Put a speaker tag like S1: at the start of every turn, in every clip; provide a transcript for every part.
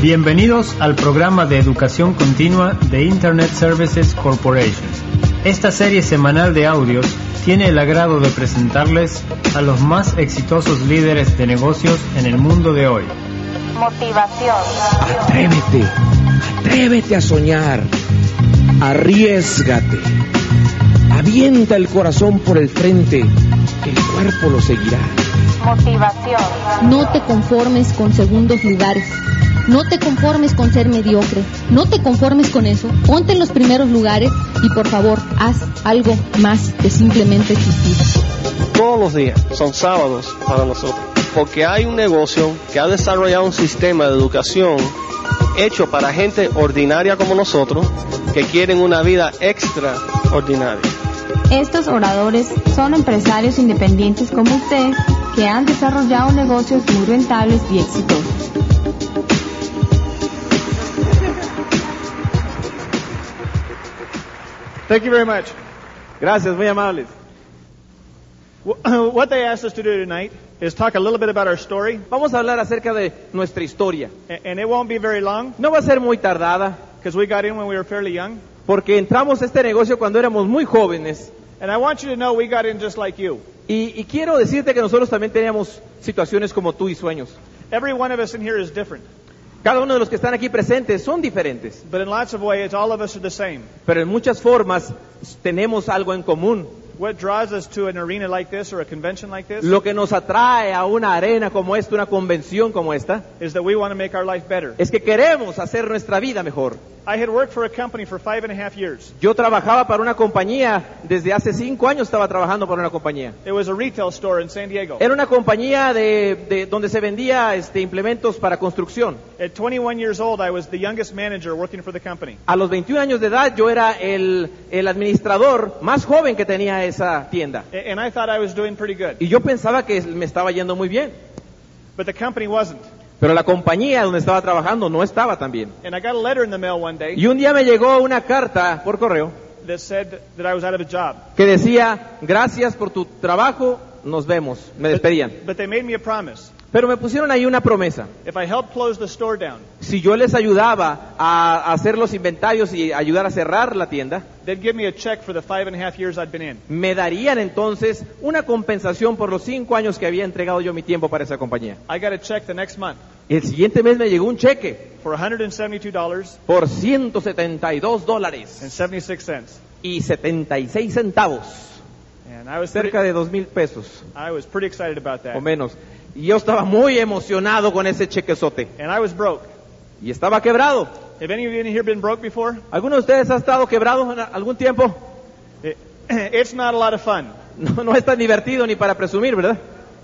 S1: Bienvenidos al programa de educación continua de Internet Services Corporation. Esta serie semanal de audios tiene el agrado de presentarles a los más exitosos líderes de negocios en el mundo de hoy.
S2: Motivación.
S3: Atrévete, atrévete a soñar, arriesgate, avienta el corazón por el frente, que el cuerpo lo seguirá.
S2: Motivación.
S4: No te conformes con segundos lugares. No te conformes con ser mediocre. No te conformes con eso. Ponte en los primeros lugares y por favor, haz algo más que simplemente existir.
S5: todos los días son sábados para nosotros, porque hay un negocio que ha desarrollado un sistema de educación hecho para gente ordinaria como nosotros que quieren una vida extraordinaria.
S6: Estos oradores son empresarios independientes como usted que han desarrollado negocios muy rentables y exitosos.
S7: Thank you very much. Gracias, muy amables. Wh- What they asked us to do tonight is talk a little bit about our story,
S3: Vamos a hablar acerca de nuestra historia.
S7: a- and it won't be very long
S3: No va a ser muy tardada,
S7: because we got in when we were fairly young.
S3: porque entramos a este negocio cuando éramos muy jóvenes.
S7: And I want you to know we got in just like you.
S3: Y, y quiero decirte que nosotros también teníamos situaciones como tú y sueños.
S7: Every one of us in here is different,
S3: Cada uno de los que están aquí presentes son diferentes,
S7: but in lots of ways, all of us are the same.
S3: pero en muchas formas tenemos algo en común.
S7: What draws us to an arena like this or a convention like this
S3: Lo que nos atrae a una arena como esta, una convención como esta,
S7: is that we want to make our life better.
S3: es que queremos hacer nuestra vida mejor.
S7: I had worked for a company for five and a half years.
S3: Yo trabajaba para una compañía, desde hace cinco años estaba trabajando para una compañía.
S7: It was a retail store in San Diego.
S3: Era una compañía de, de- donde se vendía este, implementos para construcción.
S7: At 21 years old, I was the youngest manager working for the company.
S3: A los 21 años de edad yo era el, el administrador más joven que tenía esa tienda.
S7: A- And I thought I was doing pretty good,
S3: Y yo pensaba que me estaba yendo muy bien,
S7: but the company wasn't.
S3: pero la compañía donde estaba trabajando no estaba tan bien.
S7: And I got a letter in the mail one day
S3: Y un día me llegó una carta por correo
S7: that said that I was out of a job.
S3: que decía, gracias por tu trabajo, nos vemos, me despedían.
S7: But, but they made me a promise.
S3: Pero me pusieron ahí una promesa.
S7: If I helped close the store down,
S3: Si yo les ayudaba a hacer los inventarios y ayudar a cerrar la tienda,
S7: they'd give me a check for the five and a half years I'd been in.
S3: me darían entonces una compensación por los cinco años que había entregado yo mi tiempo para esa compañía.
S7: I got a check the next month
S3: El siguiente mes me llegó un cheque
S7: for $172.76.
S3: por 172 dólares y 76 centavos,
S7: And I was pretty,
S3: cerca de dos mil pesos
S7: I was pretty excited about that.
S3: o menos. Y yo estaba muy emocionado con ese chequezote
S7: And I was broke.
S3: y estaba quebrado.
S7: Have any of you in here been broke before?
S3: ¿Alguno de ustedes ha estado quebrado en algún tiempo?
S7: It- it's not a lot of fun,
S3: No, no es tan divertido ni para presumir, ¿verdad?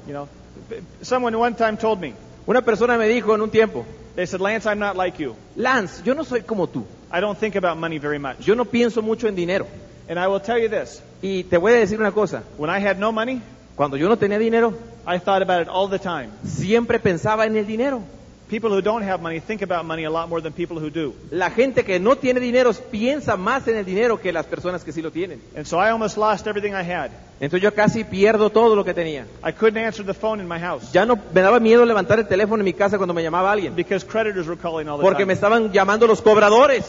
S7: you know. B- Someone one time told me,
S3: Una persona me dijo en un tiempo,
S7: they said, Lance, I'm not like you.
S3: Lance, yo no soy como tú,
S7: I don't think about money very much.
S3: yo no pienso mucho en dinero.
S7: And I will tell you this,
S3: Y te voy a decir una cosa,
S7: when I had no money,
S3: Cuando yo no tenía dinero,
S7: I thought about it all the time.
S3: siempre pensaba en el dinero.
S7: People who don't have money think about money a lot more than people who do.
S3: La gente que no tiene dinero piensa más en el dinero que las personas que sí lo tienen.
S7: And so I almost lost everything I had.
S3: Entonces yo casi pierdo todo lo que tenía.
S7: I couldn't answer the phone in my house
S3: Ya no me daba miedo levantar el teléfono en mi casa cuando me llamaba alguien,
S7: because creditors were calling all the
S3: porque
S7: time.
S3: me estaban llamando los cobradores.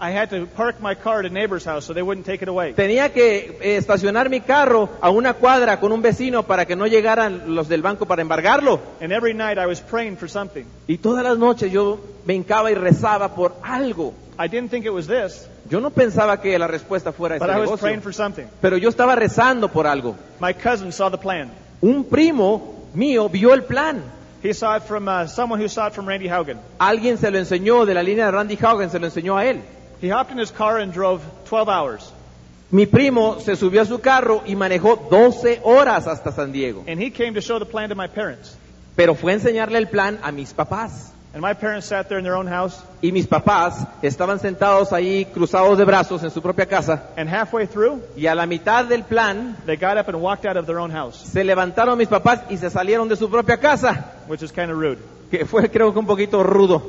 S7: I had to park my car at a neighbor's house so they wouldn't take it away.
S3: Tenía que eh, estacionar mi carro a una cuadra con un vecino para que no llegaran los del banco para embargarlo.
S7: And every night I was praying for something.
S3: Y todas las noches yo me hincaba y rezaba por algo.
S7: I didn't think it was this,
S3: Yo no pensaba que la respuesta fuera este
S7: but I was praying
S3: negocio,
S7: for something.
S3: pero yo estaba rezando por algo.
S7: My cousin saw the plan.
S3: Un primo mío vio el plan.
S7: He saw it from uh, someone who saw it from Randy Haugen.
S3: Alguien se lo enseñó de la línea de Randy Haugen, se lo enseñó a él.
S7: He hopped in his car and drove 12 hours.
S3: Mi primo se subió a su carro y manejó 12 horas hasta San Diego.
S7: And he came to show the plan to my parents.
S3: Pero fue enseñarle el plan a mis papás.
S7: And my parents sat there in their own house,
S3: Y mis papás estaban sentados ahí cruzados de brazos en su propia casa.
S7: and halfway through,
S3: Y a la mitad del plan
S7: they got up and walked out of their own house,
S3: se levantaron mis papás y se salieron de su propia casa.
S7: which is kind of rude.
S3: Que fue creo que un poquito rudo.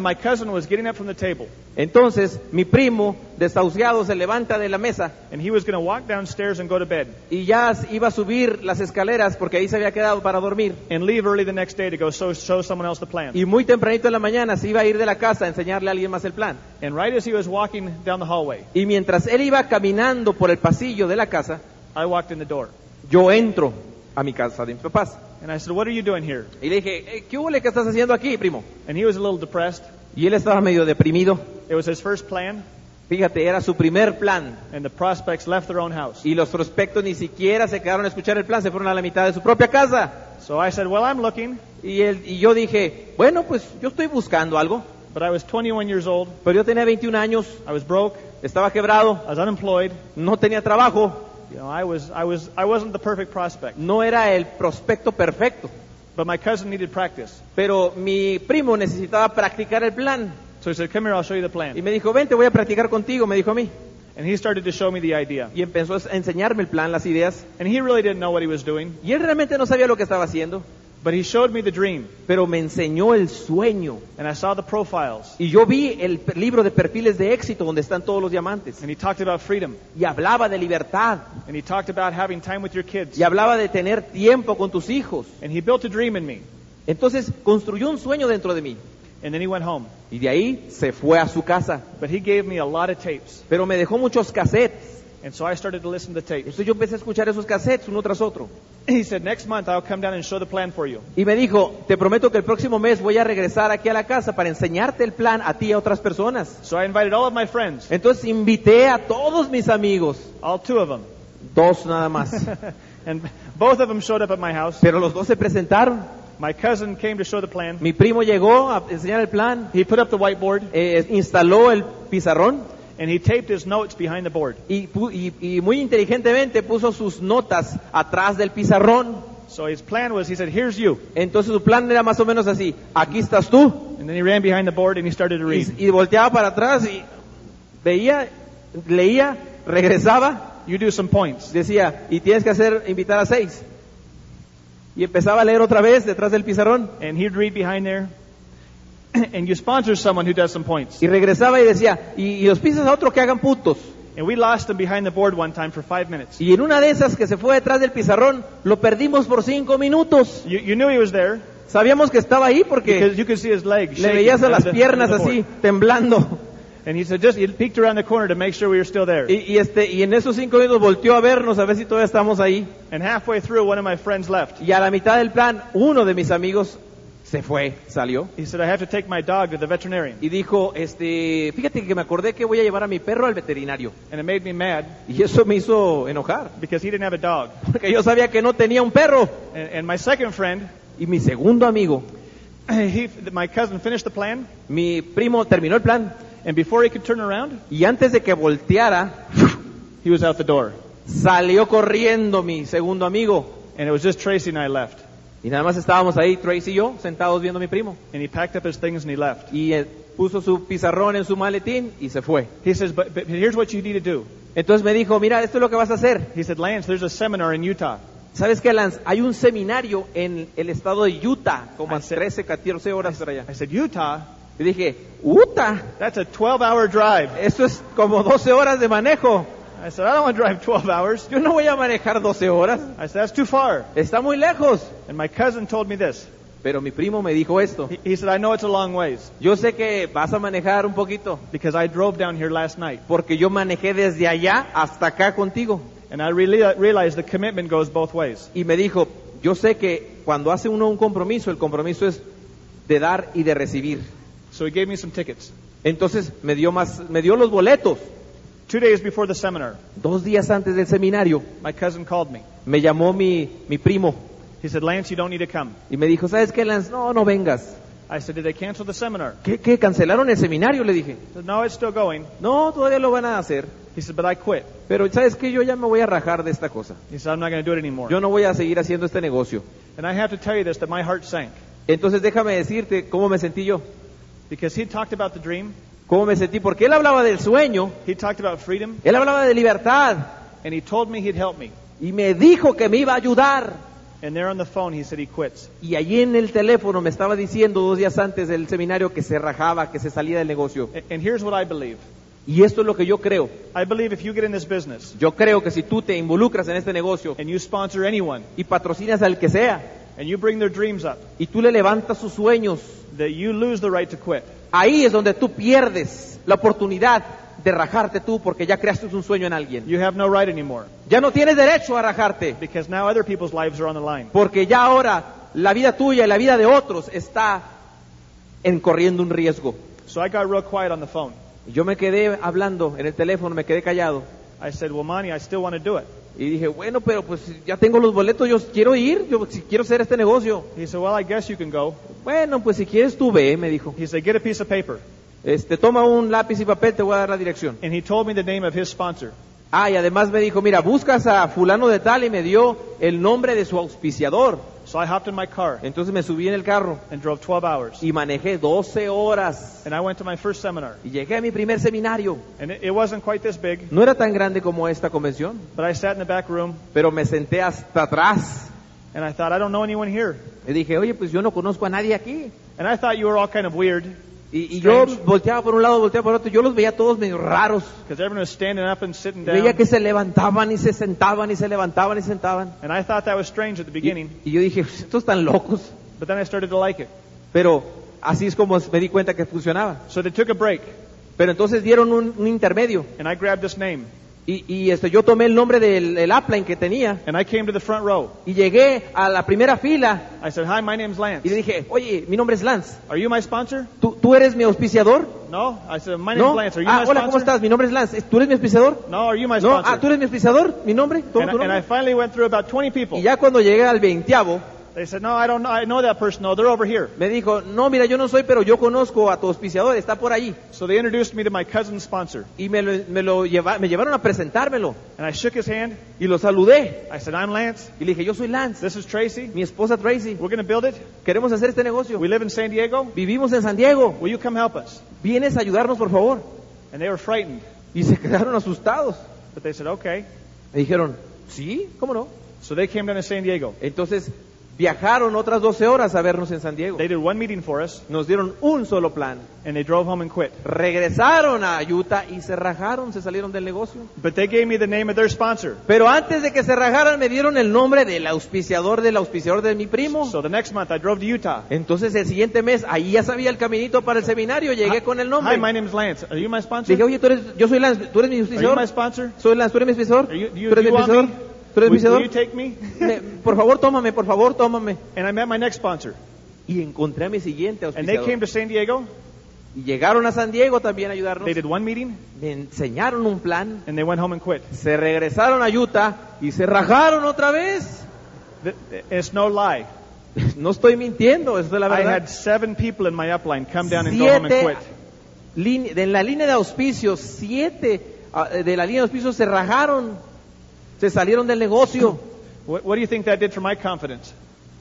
S7: my cousin was getting up from the table,
S3: Entonces mi primo, desahuciado, se levanta de la mesa
S7: and he was going to walk downstairs and go to bed
S3: y ya iba a subir las escaleras porque ahí se había quedado para dormir.
S7: and leave early the next day to go show, show someone else the plan.
S3: Y muy tempranito en la mañana se iba a ir de la casa a enseñarle a alguien más el plan.
S7: And right as he was walking down the hallway,
S3: Y mientras él iba caminando por el pasillo de la casa,
S7: I walked in the door,
S3: yo entro a mi casa de mis papás.
S7: and I said, "What are you doing here?"
S3: Y le dije, "Eh, ¿qué huele que estás haciendo aquí, primo?
S7: And he was a little depressed.
S3: Y él estaba medio deprimido.
S7: It was his first plan,
S3: Fíjate, era su primer plan.
S7: and the prospects left their own house.
S3: Y los prospectos ni siquiera se quedaron a escuchar el plan, se fueron a la mitad de su propia casa.
S7: So I said, "Well, I'm looking,"
S3: Y, él, y yo dije, bueno, pues yo estoy buscando algo.
S7: but I was 21 years old.
S3: Pero yo tenía 21 años,
S7: I was broke.
S3: estaba quebrado,
S7: I was unemployed.
S3: no tenía trabajo,
S7: You know, I was, I was, I wasn't the perfect prospect.
S3: no era el prospecto perfecto.
S7: But my cousin needed practice,
S3: Pero mi primo necesitaba practicar el plan.
S7: so he said, "Come here, I'll show you the
S3: Y
S7: plan."
S3: me dijo, ven, te voy a practicar contigo, me dijo a mí.
S7: And he started to show me the idea.
S3: Y empezó a enseñarme el plan, las ideas.
S7: And he really didn't know what he was doing,
S3: Y él realmente no sabía lo que estaba haciendo,
S7: but he showed me the dream,
S3: pero me enseñó el sueño.
S7: and I saw the profiles,
S3: Y yo vi el p- libro de perfiles de éxito donde están todos los diamantes.
S7: and he talked about freedom,
S3: Y hablaba de libertad.
S7: and he talked about having time with your kids,
S3: Y hablaba de tener tiempo con tus hijos.
S7: and he built a dream in me.
S3: Entonces construyó un sueño dentro de mí.
S7: And then he went home,
S3: Y de ahí se fue a su casa.
S7: but he gave me a lot of tapes,
S3: Pero me dejó muchos cassettes.
S7: and so I started to listen to the tapes.
S3: Entonces yo empecé a escuchar esos cassettes uno tras otro.
S7: He said, "Next month I'll come down and show the plan for you."
S3: Y me dijo, te prometo que el próximo mes voy a regresar aquí a la casa para enseñarte el plan a ti y a otras personas.
S7: So I invited all of my friends,
S3: Entonces invité a todos mis amigos,
S7: all two of them,
S3: dos nada más,
S7: and both of them showed up at my house.
S3: pero los dos se presentaron.
S7: My cousin came to show the plan.
S3: Mi primo llegó a enseñar el plan,
S7: He put up the whiteboard
S3: eh, instaló el pizarrón
S7: and he taped his notes behind the board.
S3: y, pu- y- y muy inteligentemente puso sus notas atrás del pizarrón.
S7: So his plan was, he said, "Here's you,"
S3: Entonces su plan era más o menos así, aquí estás tú.
S7: and then he ran behind the board and he started to read.
S3: Y, y volteaba para atrás y veía, leía, regresaba
S7: You do some points.
S3: decía, y tienes que hacer invitar a seis. Y empezaba a leer otra vez detrás del pizarrón.
S7: And he'd read behind there. and you sponsor someone who does some points.
S3: Y regresaba y decía, y, y los pisas a otro que hagan puntos.
S7: And we lost him behind the board one time for five minutes.
S3: Y en una de esas que se fue detrás del pizarrón, lo perdimos por cinco minutos.
S7: You, you knew he was there
S3: Sabíamos que estaba ahí
S7: because
S3: porque
S7: you could see his
S3: le
S7: legs shaking
S3: veías a
S7: under
S3: las
S7: the-
S3: piernas
S7: under the
S3: así,
S7: board.
S3: temblando.
S7: And he said, just, he peeked around the corner to make sure we were still there.
S3: Y, y este, y en esos cinco minutos volteó a vernos a ver si todavía estamos ahí.
S7: And halfway through, one of my friends left.
S3: Y a la mitad del plan, uno de mis amigos se fue, salió.
S7: He said, I have to take my dog to the veterinarian.
S3: Y dijo, este, fíjate que me acordé que voy a llevar a mi perro al veterinario.
S7: And it made me mad
S3: Y eso me hizo enojar,
S7: because he didn't have a dog.
S3: porque yo sabía que no tenía un perro.
S7: And, and my second friend,
S3: Y mi segundo amigo,
S7: he, my cousin finished the plan.
S3: mi primo, terminó el plan
S7: And before he could turn around,
S3: y antes de que volteara,
S7: he was out the door.
S3: salió corriendo mi segundo amigo.
S7: And it was just Tracy and I left.
S3: Y nada más estábamos ahí, Tracy y yo, sentados viendo a mi primo.
S7: And he packed up his things and he left.
S3: Y eh, puso su pizarrón en su maletín y se fue.
S7: He says, but, but here's what you need to do.
S3: Entonces me dijo, mira, esto es lo que vas a hacer.
S7: He said, Lance, there's a seminar in Utah.
S3: ¿Sabes qué, Lance? Hay un seminario en el estado de Utah, como a
S7: Ah, sí.
S3: 13, 14 horas para allá.
S7: I said, Utah?
S3: Y dije, Utah,
S7: That's a 12 hour drive.
S3: eso es como 12 horas de manejo.
S7: I said, I don't want to drive 12 hours.
S3: Yo no voy a manejar 12 horas.
S7: I said, that's too far.
S3: Está muy lejos.
S7: And my cousin told me this.
S3: Pero mi primo me dijo esto.
S7: He, he said, I know it's a long ways
S3: Yo sé que vas a manejar un poquito.
S7: because I drove down here last night
S3: Porque yo manejé desde allá hasta acá contigo.
S7: and I really uh, realized the commitment goes both ways.
S3: Y me dijo, yo sé que cuando hace uno un compromiso, el compromiso es de dar y de recibir.
S7: So he gave me some tickets.
S3: Entonces me dio más, me dio los boletos.
S7: Two days before the seminar,
S3: Dos días antes del seminario
S7: my cousin called me.
S3: me llamó mi, mi primo
S7: He said, Lance, you don't need to come.
S3: y me dijo, ¿sabes qué, Lance? No, no vengas.
S7: I said, did they cancel the seminar?
S3: ¿Qué, qué? ¿Cancelaron el seminario? Le dije.
S7: He said, no, it's still going.
S3: No, todavía lo van a hacer.
S7: He said, but I quit.
S3: Pero ¿sabes qué? Yo ya me voy a rajar de esta cosa.
S7: He said, I'm not going to do it anymore.
S3: Yo no voy a seguir haciendo este negocio.
S7: And I have to tell you this that my heart sank
S3: Entonces déjame decirte cómo me sentí yo.
S7: because he talked about the dream,
S3: ¿Cómo me sentí? Porque él hablaba del sueño,
S7: he talked about freedom,
S3: él hablaba de libertad
S7: and he told me he'd help me.
S3: y me dijo que me iba a ayudar.
S7: And there on the phone, he said he quits.
S3: Y allí en el teléfono me estaba diciendo dos días antes del seminario que se rajaba, que se salía del negocio.
S7: A- And here's what I believe
S3: Y esto es lo que yo creo.
S7: I believe if you get in this business
S3: Yo creo que si tú te involucras en este negocio
S7: and you sponsor anyone
S3: y patrocinas al que sea
S7: and you bring their dreams up,
S3: y tú le levantas sus sueños,
S7: that you lose the right to quit.
S3: ahí es donde tú pierdes la oportunidad de rajarte tú porque ya creaste un sueño en alguien.
S7: You have no right anymore
S3: Ya no tienes derecho a rajarte
S7: because now other people's lives are on the line.
S3: porque ya ahora la vida tuya y la vida de otros está encorriendo un riesgo.
S7: So I got real quiet on the phone.
S3: Y Yo me quedé hablando en el teléfono, me quedé callado
S7: I said, Well, Monty, I still want to do it.
S3: y dije, bueno, pero pues ya tengo los boletos, yo quiero ir, yo si quiero hacer este negocio.
S7: He said, Well, I guess you can go.
S3: Bueno, pues si quieres tú ve, me dijo.
S7: He said, Get a piece of paper.
S3: Este, toma un lápiz y papel, te voy a dar la dirección.
S7: And he told me the name of his sponsor.
S3: Ah, y además me dijo, mira, buscas a fulano de tal y me dio el nombre de su auspiciador.
S7: So I hopped in my car
S3: Entonces me subí en el carro
S7: and drove 12 hours.
S3: y manejé 12 horas
S7: And I went to my first seminar.
S3: y llegué a mi primer seminario.
S7: And it, it wasn't quite this big,
S3: No era tan grande como esta convención,
S7: but I sat in the back room
S3: pero me senté hasta atrás
S7: and I thought, I don't know anyone here.
S3: y dije, oye, pues yo no conozco a nadie aquí.
S7: And I thought you were all kind of weird
S3: Y, y yo
S7: Strange.
S3: volteaba por un lado, volteaba por otro, yo los veía todos medio raros.
S7: because everyone was standing up and sitting down.
S3: Veía que se levantaban y se sentaban y se levantaban y se sentaban.
S7: And I thought that was strange at the
S3: Y,
S7: beginning,
S3: y yo dije, "Pues estos están locos.
S7: but then I started to like it.
S3: Pero así es como me di cuenta que funcionaba.
S7: So they took a break,
S3: Pero entonces dieron un, un intermedio.
S7: and I grabbed this name,
S3: Y, y, este, yo tomé el nombre del, del upline que tenía
S7: and I came to the front row.
S3: y llegué a la primera fila
S7: I said, Hi, my name's Lance.
S3: y le dije, oye, mi nombre es Lance.
S7: Are you my sponsor?
S3: ¿Tú, tú eres mi auspiciador?
S7: No. I said, My name's
S3: ¿No?
S7: Lance. Are you
S3: Ah,
S7: my
S3: hola, ¿cómo
S7: sponsor?
S3: estás? Mi nombre es Lance. ¿Tú eres mi auspiciador?
S7: No, are you my
S3: No,
S7: sponsor?
S3: ah, ¿tú eres mi auspiciador? ¿Mi nombre? ¿Todo
S7: and,
S3: tu
S7: I, and I
S3: nombre?
S7: finally went through about 20 people.
S3: Y ya cuando llegué al veintiavo,
S7: They said, No, I don't know. I know that person. No, they're over here.
S3: me dijo, no, mira, yo no soy, pero yo conozco a tu auspiciador, está por allí.
S7: So they introduced me to my cousin's sponsor.
S3: Y me lo, me lo lleva- me llevaron a presentármelo
S7: And I shook his hand.
S3: y lo saludé.
S7: I said, I'm Lance.
S3: Y le dije, yo soy Lance,
S7: This is Tracy.
S3: mi esposa Tracy,
S7: We're going to build it.
S3: queremos hacer este negocio.
S7: We live in San Diego.
S3: Vivimos en San Diego.
S7: Will you come help us?
S3: ¿Vienes a ayudarnos, por favor?
S7: And they were frightened.
S3: Y se quedaron asustados.
S7: But they said, Okay.
S3: Me dijeron, ¿sí? ¿Cómo no?
S7: So they came down to San Diego.
S3: Entonces viajaron otras 12 horas a vernos en San Diego.
S7: They did one meeting for us,
S3: Nos dieron un solo plan.
S7: and they drove home and quit.
S3: Regresaron a Utah y se rajaron, se salieron del negocio.
S7: But they gave me the name of their sponsor.
S3: Pero antes de que se rajaran me dieron el nombre del auspiciador del auspiciador de mi primo.
S7: So the next month, I drove to Utah.
S3: Entonces el siguiente mes, ahí ya sabía el caminito para el seminario, llegué con el
S7: Ah, Hi,
S3: nombre.
S7: my name's Lance. Are you my sponsor?
S3: Dije, oye, tú eres, yo soy Lance, tú eres mi
S7: Are you my
S3: auspiciador.
S7: sponsor?
S3: Soy Lance, tú eres mi auspiciador. Tú
S7: Are you, do you,
S3: eres
S7: do
S3: mi
S7: you want
S3: auspiciador.
S7: me?
S3: Tú eres mi
S7: Will- will you
S3: auspiciador.
S7: take me?
S3: Me- por favor, tómame, por favor, tómame.
S7: And I met my next sponsor.
S3: Y encontré a mi siguiente
S7: And they came
S3: auspiciador.
S7: to San Diego.
S3: Y llegaron a San Diego también a ayudarnos.
S7: They did one meeting,
S3: Me enseñaron un plan.
S7: and they went home and quit.
S3: Se regresaron a Utah y se rajaron otra vez.
S7: Th- It's no lie.
S3: No estoy mintiendo, eso es la
S7: I
S3: verdad.
S7: had seven people in my upline come down and go home and
S3: siete
S7: quit.
S3: line- de- en la línea de auspicios, siete ah, de la línea de auspicios se rajaron, se salieron del negocio.
S7: What, what do you think that did for my confidence?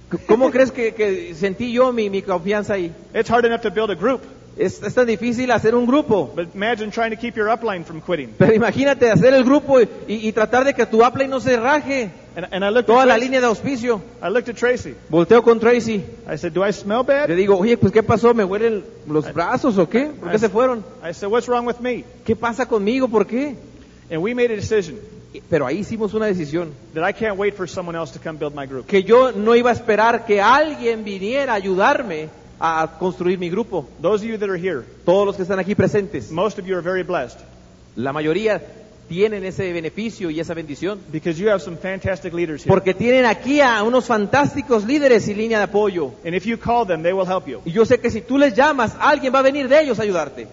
S3: C- ¿Cómo crees que, que sentí yo mi, mi confianza ahí?
S7: It's hard enough to build a group,
S3: Es, es tan difícil hacer un grupo.
S7: but imagine trying to keep your upline from quitting.
S3: Pero imagínate hacer el grupo y, y- y tratar de que tu upline no se raje.
S7: And, and I looked
S3: Toda
S7: at
S3: la
S7: Tracy,
S3: línea de auspicio.
S7: I looked at Tracy.
S3: Volteo con Tracy.
S7: I said, "Do I smell
S3: Le
S7: bad?"
S3: digo, oye, pues ¿qué pasó? ¿Me huelen los brazos o qué? ¿Por qué se fueron?
S7: I said, "What's wrong with me?"
S3: ¿Qué pasa conmigo? ¿Por qué?
S7: And we made a decision
S3: Y- Pero ahí hicimos una decisión.
S7: that I can't wait for someone else to come build my group.
S3: que yo no iba a esperar que alguien viniera a ayudarme a construir mi grupo.
S7: Those of you that are here,
S3: Todos los que están aquí presentes,
S7: most of you are very blessed
S3: la mayoría tienen ese beneficio y esa bendición.
S7: because you have some fantastic leaders here.
S3: Porque tienen aquí a unos fantásticos líderes y línea de apoyo.
S7: And if you call them, they will help you.
S3: Y yo sé que si tú les llamas, alguien va a venir de ellos a ayudarte.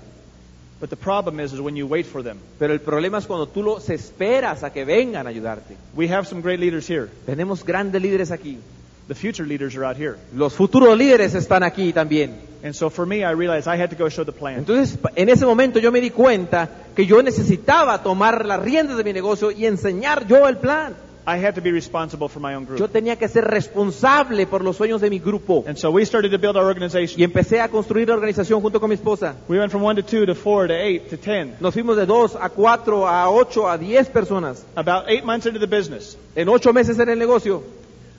S7: But the problem is, is when you wait for them.
S3: Pero el problema es cuando tú los esperas a que vengan a ayudarte.
S7: We have some great leaders here.
S3: Tenemos grandes líderes aquí.
S7: The future leaders are out here.
S3: Los futuros líderes están aquí también.
S7: And so for me, I realized I had to go show the plan.
S3: Entonces, pa- en ese momento yo me di cuenta que yo necesitaba tomar las riendas de mi negocio y enseñar yo el plan.
S7: I had to be responsible for my own
S3: Yo
S7: group.
S3: tenía que ser responsable por los sueños de mi grupo.
S7: And so we started to build our
S3: Y
S7: organization.
S3: empecé a construir la organización junto con mi esposa.
S7: We went from one to two to four to eight to ten.
S3: Nos fuimos de dos a cuatro, a ocho, a diez personas.
S7: About eight months into the business,
S3: En ocho meses en el negocio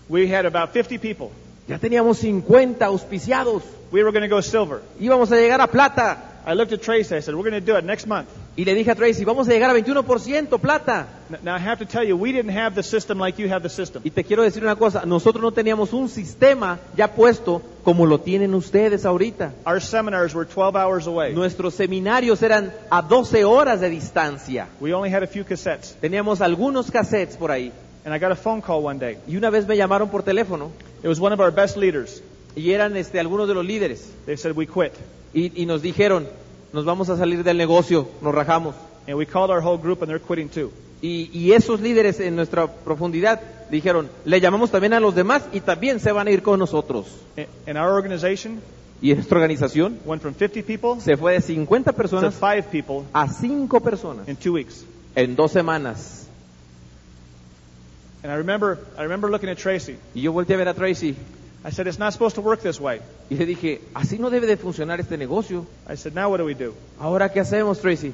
S7: we had about 50 people.
S3: ya teníamos 50 auspiciados.
S7: We were going to go silver.
S3: Íbamos a llegar a plata.
S7: I looked at Tracy. I said, "We're going to do it next month."
S3: Y le dije a Tracy, vamos a llegar a 21% plata.
S7: N- Now I have to tell you, we didn't have the system like you have the system.
S3: Y te quiero decir una cosa, nosotros no teníamos un sistema ya puesto como lo tienen ustedes ahorita.
S7: Our seminars were 12 hours away.
S3: Nuestros seminarios eran a 12 horas de distancia.
S7: We only had a few cassettes.
S3: Teníamos algunos cassettes por ahí.
S7: And I got a phone call one day.
S3: Y una vez me llamaron por teléfono
S7: It was one of our best leaders.
S3: y eran este, algunos de los líderes.
S7: They said, "We quit."
S3: Y, y nos dijeron, nos vamos a salir del negocio, nos rajamos.
S7: And we called our whole group, and they're quitting too.
S3: Y, y esos líderes en nuestra profundidad dijeron, le llamamos también a los demás y también se van a ir con nosotros.
S7: A- And our organization
S3: Y nuestra organización
S7: went from 50 people
S3: se fue de 50
S7: to
S3: personas
S7: five people
S3: a 5 personas
S7: in two weeks.
S3: en dos semanas.
S7: And I remember, I remember looking at Tracy.
S3: Y yo volteé a ver a Tracy
S7: I said, "It's not supposed to work this way."
S3: y le dije, así no debe de funcionar este negocio.
S7: I said, "Now what do we do?"
S3: Ahora, ¿qué hacemos, Tracy?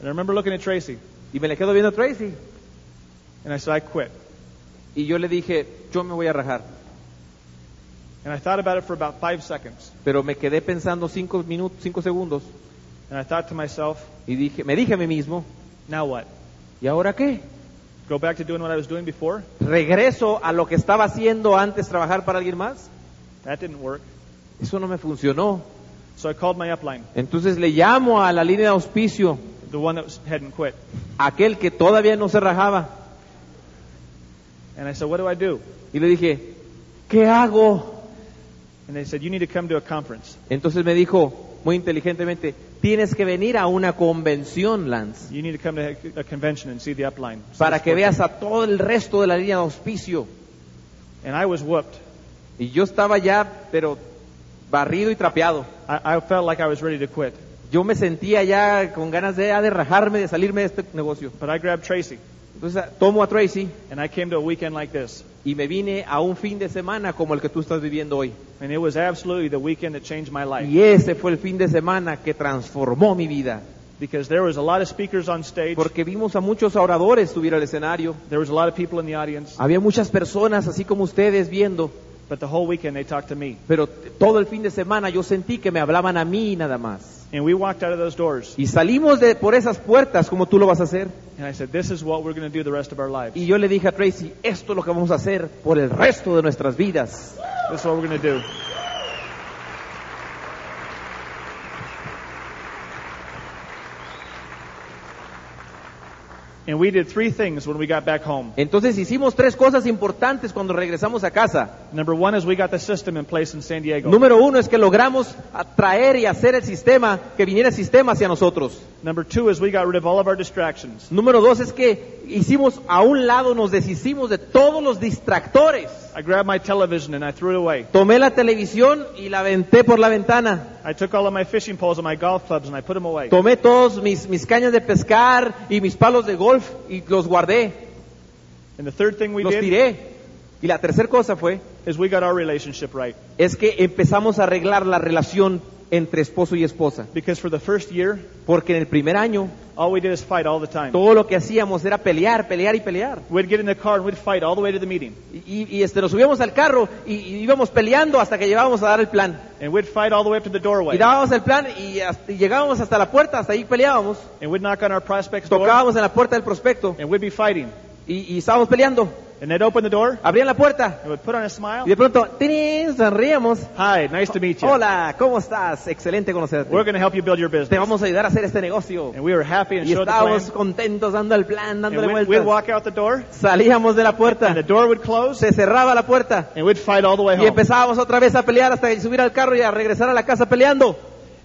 S7: And I remember looking at Tracy,
S3: Y me le quedo viendo a Tracy.
S7: and I said, "I quit."
S3: Y yo le dije, yo me voy a rajar.
S7: And I thought about it for about five seconds.
S3: Pero me quedé pensando 5 minutos, 5 segundos.
S7: And I thought to myself,
S3: Y dije, me dije a mí mismo,
S7: now what?
S3: ¿y ahora qué?
S7: Go back to doing what I was doing before?
S3: ¿Regreso a lo que estaba haciendo antes, trabajar para alguien más?
S7: That didn't work.
S3: Eso no me funcionó.
S7: So I called my upline,
S3: Entonces le llamo a la línea de auspicio,
S7: the one that was, hadn't quit.
S3: aquel que todavía no se rajaba,
S7: And I said, what do I do?
S3: y le dije, ¿qué hago?
S7: And they said, you need to come to a conference.
S3: Entonces me dijo muy inteligentemente, tienes que venir a una convención, Lance,
S7: You need to come to a convention and see the upline. So
S3: para
S7: it's
S3: que
S7: working.
S3: veas a todo el resto de la línea de auspicio.
S7: And I was whooped.
S3: Y yo estaba ya, pero barrido y trapeado.
S7: I, I felt like I was ready to quit.
S3: Yo me sentía ya con ganas de, ya de rajarme, de salirme de este negocio.
S7: But I grabbed Tracy,
S3: Entonces ah, tomo a Tracy
S7: and I came to a weekend like this.
S3: y me vine a un fin de semana como el que tú estás viviendo hoy.
S7: And it was absolutely the weekend that changed my life.
S3: Y ese fue el fin de semana que transformó mi vida.
S7: Because there was a lot of speakers on stage.
S3: Porque vimos a muchos oradores subir al escenario.
S7: There was a lot of people in the audience.
S3: Había muchas personas, así como ustedes, viendo.
S7: But the whole weekend they talked to me.
S3: Pero t- todo el fin de semana yo sentí que me hablaban a mí nada más.
S7: And we walked out of those doors.
S3: Y salimos de, por esas puertas como tú lo vas a hacer.
S7: And I said, this is what we're going to do the rest of our lives.
S3: Y yo le dije a Tracy, esto es lo que vamos a hacer por el resto de nuestras vidas.
S7: This is what we're going to do. And we did three things when we got back home.
S3: Entonces hicimos tres cosas importantes cuando regresamos a casa.
S7: Number one is we got the system in place in San Diego.
S3: Número uno es que logramos atraer y hacer el sistema, que viniera el sistema hacia nosotros.
S7: Number two is we got rid of all of our distractions.
S3: Número dos es que hicimos a un lado, nos deshicimos de todos los distractores.
S7: I grabbed my television and I threw it away.
S3: Tomé la televisión y la aventé por la ventana.
S7: I took all of my fishing poles and my golf clubs and I put them away.
S3: Tomé todos mis, mis cañas de pescar y mis palos de golf y los guardé,
S7: And the third thing we
S3: los
S7: did
S3: tiré. Y la tercera cosa fue,
S7: is we got our relationship right.
S3: es que empezamos a arreglar la relación entre esposo y esposa.
S7: Because for the first year,
S3: Porque en el primer año,
S7: all we did is fight all the time.
S3: todo lo que hacíamos era pelear, pelear y pelear.
S7: We'd get in the car and we'd fight all the way to the meeting.
S3: Y, y, este, nos subíamos al carro y, y íbamos peleando hasta que llegábamos a dar el plan.
S7: And we'd fight all the way up to the
S3: Y
S7: doorway.
S3: dábamos el plan y, hasta- y llegábamos hasta la puerta, hasta ahí peleábamos.
S7: And we'd knock on our prospect's door.
S3: Tocábamos en la puerta del prospecto
S7: And we'd be fighting.
S3: y, y estábamos peleando.
S7: And they'd open the door.
S3: Abrían la puerta
S7: And we'd put on a smile.
S3: y de pronto, ¡tirín! sonríamos.
S7: Hi, nice to meet you.
S3: Hola, ¿cómo estás? Excelente
S7: We're
S3: conocerte.
S7: going to help you build your
S3: Te
S7: business.
S3: vamos a ayudar a hacer este negocio.
S7: And we were happy and
S3: Y
S7: showed the plan.
S3: estábamos contentos dando el plan,
S7: And
S3: dándole
S7: we'd, we'd
S3: vueltas.
S7: walk out the door.
S3: Salíamos de la puerta,
S7: And the door would close.
S3: se cerraba la puerta
S7: And we'd fight all the way
S3: y
S7: home.
S3: empezábamos otra vez a pelear hasta subir al carro y a regresar a la casa peleando.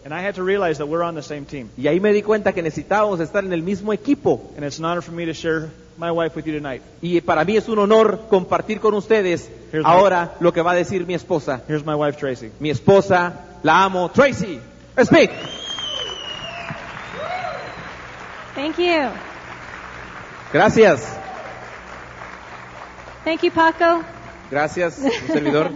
S7: And I had to realize that we're on the same team.
S3: Y ahí me di cuenta que necesitábamos estar en el mismo equipo.
S7: And it's an honor for me to share my wife with you tonight.
S3: Y para mí es un honor compartir con ustedes
S7: Here's my-
S3: ahora lo que va a decir mi esposa.
S7: Here's my wife, Tracy.
S3: Mi esposa, la amo. Tracy, speak.
S6: Thank you.
S3: Gracias.
S8: Thank you, Paco.
S3: Gracias, un servidor.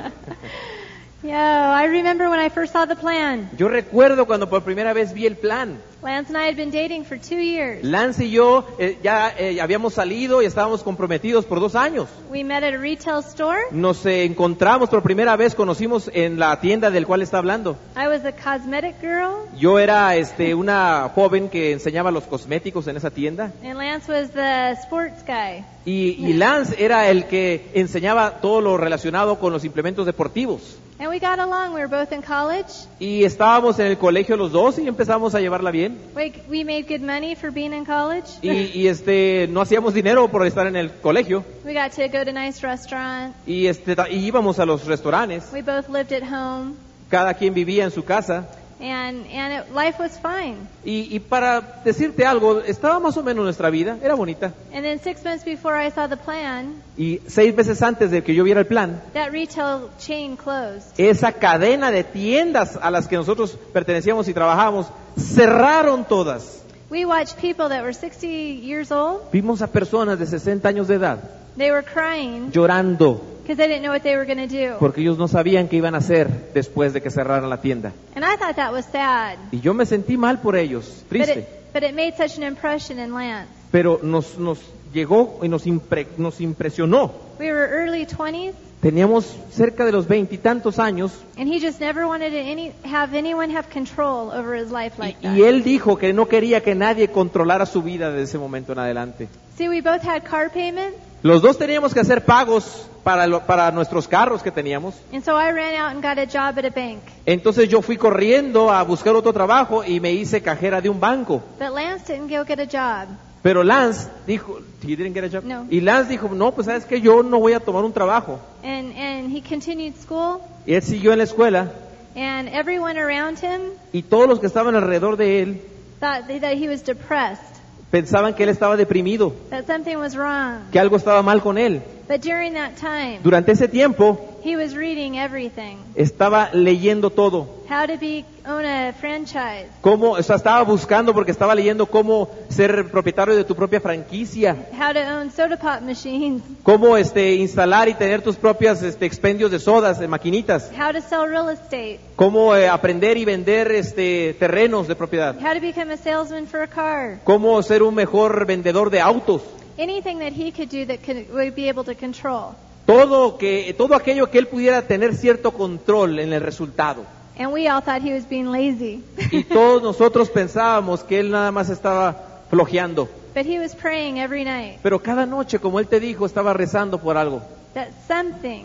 S8: Yeah, I remember when I first saw the plan.
S3: Yo recuerdo cuando por primera vez vi el plan.
S8: Lance and I had been dating for two years.
S3: Lance y yo eh, ya eh, habíamos salido y estábamos comprometidos por dos años.
S8: We met at a retail store.
S3: Nos eh, encontramos por primera vez, conocimos en la tienda del cual está hablando.
S8: I was a cosmetic girl,
S3: Yo era este, una joven que enseñaba los cosméticos en esa tienda
S8: and Lance was the sports guy.
S3: y, y Lance era el que enseñaba todo lo relacionado con los implementos deportivos.
S8: And we got along. We were both in college.
S3: Y estábamos en el colegio los dos y empezamos a llevarla bien.
S8: We, we made good money for being in college.
S3: Y, y, este, no hacíamos dinero por estar en el colegio
S8: We got to go to nice restaurants.
S3: y, este, ta- y íbamos a los restaurantes.
S8: We both lived at home,
S3: Cada quien vivía en su casa.
S8: and and it, life was fine.
S3: Y, y para decirte algo, estaba más o menos nuestra vida, era bonita.
S8: And then six months before I saw the plan,
S3: Y seis veces antes de que yo viera el plan,
S8: that retail chain closed.
S3: esa cadena de tiendas a las que nosotros pertenecíamos y trabajábamos, cerraron todas.
S8: We watched people that were 60 years old.
S3: Vimos a personas de 60 años de edad
S8: They were crying
S3: llorando
S8: because they didn't know what they were going to do.
S3: porque ellos no sabían qué iban a hacer después de que cerraran la tienda.
S8: And I thought that was sad.
S3: Y yo me sentí mal por ellos,
S8: But
S3: triste.
S8: it, but it made such an impression in Lance.
S3: pero nos, nos llegó y nos, impre- nos impresionó.
S8: We were early 20s,
S3: Teníamos cerca de los veintitantos años
S8: and he just never wanted to any, have anyone have control over his life like
S3: y, y
S8: that.
S3: él dijo que no quería que nadie controlara su vida desde ese momento en adelante.
S8: See, we both had car payments,
S3: Los dos teníamos que hacer pagos para, lo- para nuestros carros que teníamos.
S8: and so I ran out and got a job at a bank.
S3: Entonces yo fui corriendo a buscar otro trabajo y me hice cajera de un banco.
S8: But Lance didn't go get a job.
S3: Pero Lance dijo, "You didn't get a job."
S8: No.
S3: y Lance dijo, no, pues sabes que yo no voy a tomar un trabajo.
S8: And, and he continued school,
S3: Y él siguió en la escuela
S8: and everyone around him
S3: y todos los que estaban alrededor de él
S8: thought that that he was depressed,
S3: pensaban que él estaba deprimido.
S8: that something was wrong.
S3: que algo estaba mal con él.
S8: But during that time,
S3: Durante ese tiempo
S8: he was reading everything.
S3: estaba leyendo todo,
S8: How to be own a franchise,
S3: cómo, o sea, estaba buscando porque estaba leyendo cómo ser propietario de tu propia franquicia,
S8: how to own soda pop machines,
S3: cómo este instalar y tener tus propias este expendios de sodas, de maquinitas,
S8: how to sell real estate,
S3: cómo eh, aprender y vender este terrenos de propiedad,
S8: how to become a salesman for a car.
S3: cómo ser un mejor vendedor de autos,
S8: Anything that he could do that could, would be able to control.
S3: todo que todo aquello que él pudiera tener cierto control en el resultado.
S8: And we all thought he was being lazy.
S3: Y todos nosotros pensábamos que él nada más estaba flojeando.
S8: but he was praying every night
S3: Pero cada noche, como él te dijo, estaba rezando por algo.
S8: that something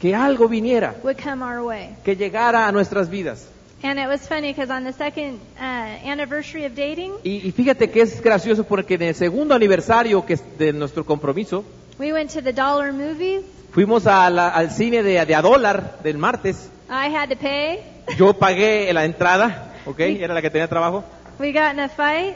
S3: Que algo viniera,
S8: would come our way.
S3: que llegara a nuestras vidas.
S8: And it was funny because on the second uh, anniversary of dating,
S3: Y, y fíjate que es gracioso porque en el segundo aniversario que es de nuestro compromiso,
S8: we went to the dollar movies.
S3: fuimos a la- al cine de, de a dólar del martes.
S8: I had to pay.
S3: Yo pagué la entrada, ¿ok? Era la que tenía trabajo.
S8: We got in a fight,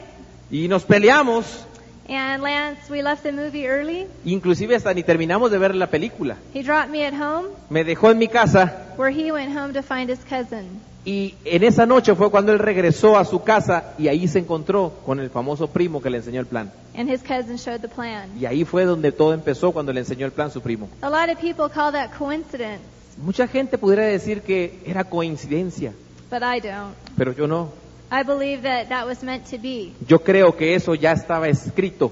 S3: Y nos peleamos,
S8: and Lance, we left the movie early.
S3: inclusive hasta ni terminamos de ver la película.
S8: He dropped me at home,
S3: Me dejó en mi casa
S8: where he went home to find his cousin.
S3: y en esa noche fue cuando él regresó a su casa y ahí se encontró con el famoso primo que le enseñó el plan.
S8: And his cousin showed the plan.
S3: Y ahí fue donde todo empezó cuando le enseñó el plan su primo.
S8: A lot of people call that coincidence,
S3: Mucha gente pudiera decir que era coincidencia,
S8: but I don't.
S3: pero yo no.
S8: I believe that that was meant to be.
S3: Yo creo que eso ya estaba escrito,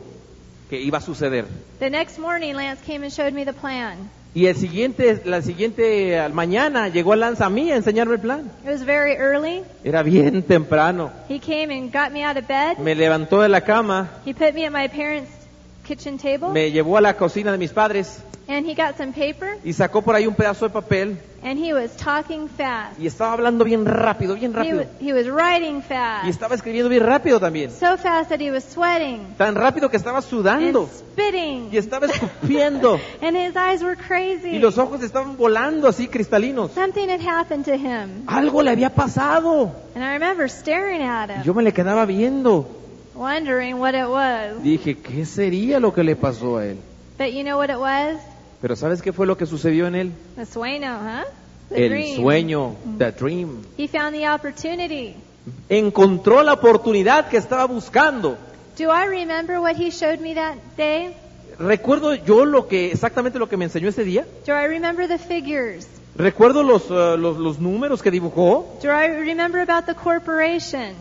S3: que iba a suceder.
S8: The next morning, Lance came and showed me the plan.
S3: Y el siguiente, la siguiente eh, mañana llegó Lanza a mí a enseñarme el plan.
S8: It was very early.
S3: Era bien temprano.
S8: He came and got me out of bed.
S3: Me levantó de la cama,
S8: He put me at my parents' kitchen table,
S3: me llevó a la cocina de mis padres
S8: and he got some paper,
S3: y sacó por ahí un pedazo de papel
S8: and he was talking fast.
S3: y estaba hablando bien rápido, bien
S8: He,
S3: rápido.
S8: wa- he was writing
S3: Y
S8: fast.
S3: estaba escribiendo bien rápido también.
S8: So fast that he was sweating
S3: Tan rápido que estaba sudando
S8: and spitting.
S3: y estaba escupiendo.
S8: And his eyes were
S3: Y
S8: crazy.
S3: los ojos estaban volando así cristalinos.
S8: Something had happened to him.
S3: Algo le había pasado.
S8: And I remember staring at
S3: Y
S8: him,
S3: yo me le quedaba viendo.
S8: wondering what it was.
S3: Dije, ¿qué sería lo que le pasó a él?
S8: But you know what it was?
S3: Pero ¿sabes qué fue lo que sucedió en él?
S8: The sueño, huh? The
S3: El
S8: dream. Mm.
S3: sueño, the dream.
S8: He found the opportunity.
S3: Encontró la oportunidad que estaba buscando.
S8: Do I remember what he showed me that day?
S3: Recuerdo yo lo que exactamente lo que me enseñó ese día.
S8: Do I remember the figures?
S3: Recuerdo los, eh, los, los números que dibujó.
S8: Do I remember about the corporation?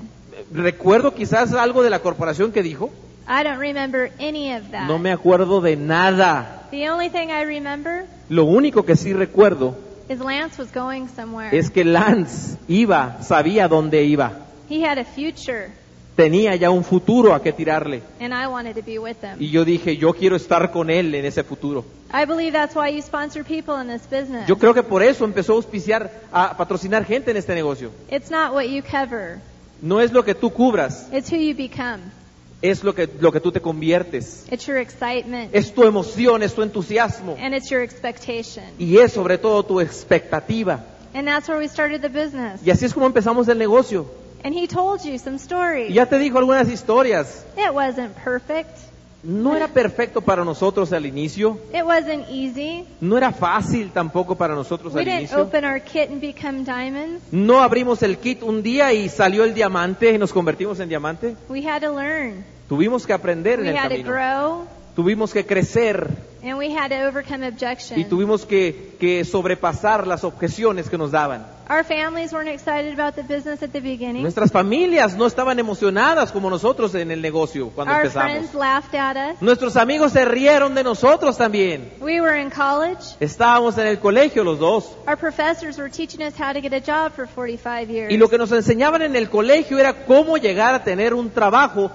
S3: Recuerdo quizás algo de la corporación que dijo.
S8: I don't remember any of that.
S3: No me acuerdo de nada.
S8: The only thing I remember
S3: Lo único que sí recuerdo
S8: is Lance was going somewhere.
S3: es que Lance iba, sabía dónde iba.
S8: He had a future,
S3: Tenía ya un futuro a que tirarle.
S8: and I wanted to be with him.
S3: Y yo dije, yo quiero estar con él en ese futuro.
S8: I believe that's why you sponsor people in this business.
S3: Yo creo que por eso empezó a auspiciar, a patrocinar gente en este negocio.
S8: It's not what you cover,
S3: No es lo que tú cubras,
S8: it's who you become.
S3: es lo que, lo que tú te conviertes.
S8: It's your excitement,
S3: Es tu emoción, es tu entusiasmo
S8: and it's your expectation.
S3: y es sobre todo tu expectativa.
S8: And that's where we started the business.
S3: Y así es como empezamos el negocio.
S8: And he told you some
S3: Y
S8: stories.
S3: ya te dijo algunas historias.
S8: It wasn't perfect.
S3: No era perfecto para nosotros al inicio,
S8: It wasn't easy.
S3: no era fácil tampoco para nosotros
S8: We
S3: al
S8: didn't
S3: inicio.
S8: open our kit and become diamonds.
S3: No abrimos el kit un día y salió el diamante y nos convertimos en diamante.
S8: We had to learn.
S3: Tuvimos que aprender en
S8: We
S3: el
S8: had to
S3: camino.
S8: grow
S3: Tuvimos que crecer
S8: and we had to overcome
S3: y
S8: objections.
S3: tuvimos que, que sobrepasar las objeciones que nos daban.
S8: Our families weren't excited about the business at the beginning.
S3: Nuestras familias no estaban emocionadas como nosotros en el negocio cuando
S8: Our
S3: empezamos.
S8: friends laughed at us.
S3: Nuestros amigos se rieron de nosotros también.
S8: We were in college.
S3: Estábamos en el colegio los dos.
S8: Our professors were teaching us how to get a job for 45
S3: Y
S8: years.
S3: lo que nos enseñaban en el colegio era cómo llegar a tener un trabajo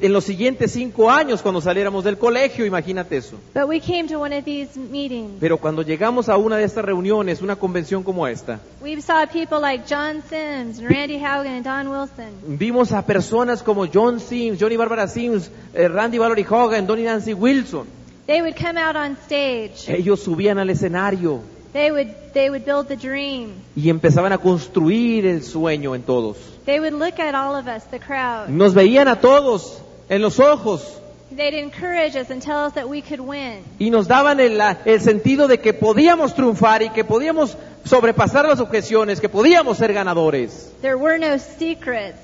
S3: en los siguientes cinco años cuando saliéramos del colegio, imagínate eso.
S8: But we came to one of these meetings.
S3: Pero cuando llegamos a una de estas reuniones, una convención como esta,
S8: We saw people like John Sims and Randy Haugen and Don Wilson.
S3: vimos a personas como John Sims, Johnny Barbara Sims, eh, Randy Valerie Hogan, Donnie Nancy Wilson.
S8: They would come out on stage.
S3: Ellos subían al escenario
S8: They would they would build the dream.
S3: y empezaban a construir el sueño en todos.
S8: They would look at all of us, the crowd.
S3: Nos veían a todos en los ojos
S8: They'd encourage us and tell us that we could win.
S3: y nos daban el, la- el sentido de que podíamos triunfar y que podíamos sobrepasar las objeciones, que podíamos ser ganadores.
S8: There were no secrets.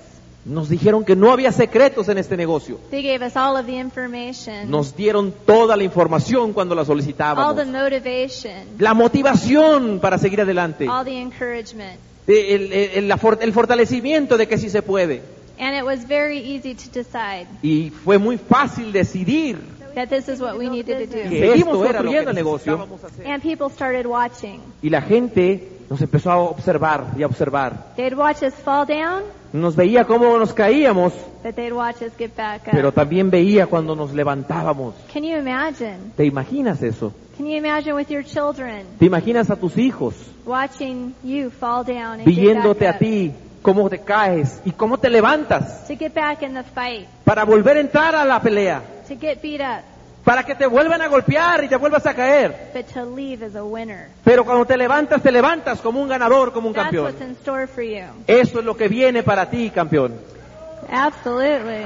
S3: Nos dijeron que no había secretos en este negocio.
S8: They gave us all of the information,
S3: Nos dieron toda la información cuando la
S8: all the
S3: solicitábamos.
S8: motivation,
S3: La motivación para seguir adelante. Eh,
S8: all the encouragement.
S3: El, el- el- la for- el fortalecimiento de que sí se puede.
S8: And it was very easy to decide
S3: Y fue muy fácil decidir
S8: that this is what we needed to do.
S3: que
S7: Seguimos
S3: esto era lo que
S7: construyendo el negocio.
S3: necesitábamos hacer.
S8: And people started watching.
S3: Y la gente nos empezó a observar y a observar.
S8: They'd watch us fall down,
S3: Nos veía cómo nos caíamos,
S8: but they'd watch us get back
S3: pero
S8: up.
S3: también veía cuando nos levantábamos.
S8: Can you imagine?
S3: ¿Te imaginas eso?
S8: Can you imagine with your children
S3: ¿Te imaginas a tus hijos
S8: watching you fall down and get
S3: viéndote a
S8: back up,
S3: ti cómo te caes y cómo te levantas
S8: to get back in the fight,
S3: para volver a entrar a la pelea,
S8: to get beat up,
S3: para que te vuelvan a golpear y te vuelvas a caer?
S8: but to leave as a winner?
S3: Pero cuando te levantas, te levantas como un ganador, como un
S8: That's
S3: campeón.
S8: what's in store for you.
S3: Eso es lo que viene para ti, campeón.
S8: Absolutely.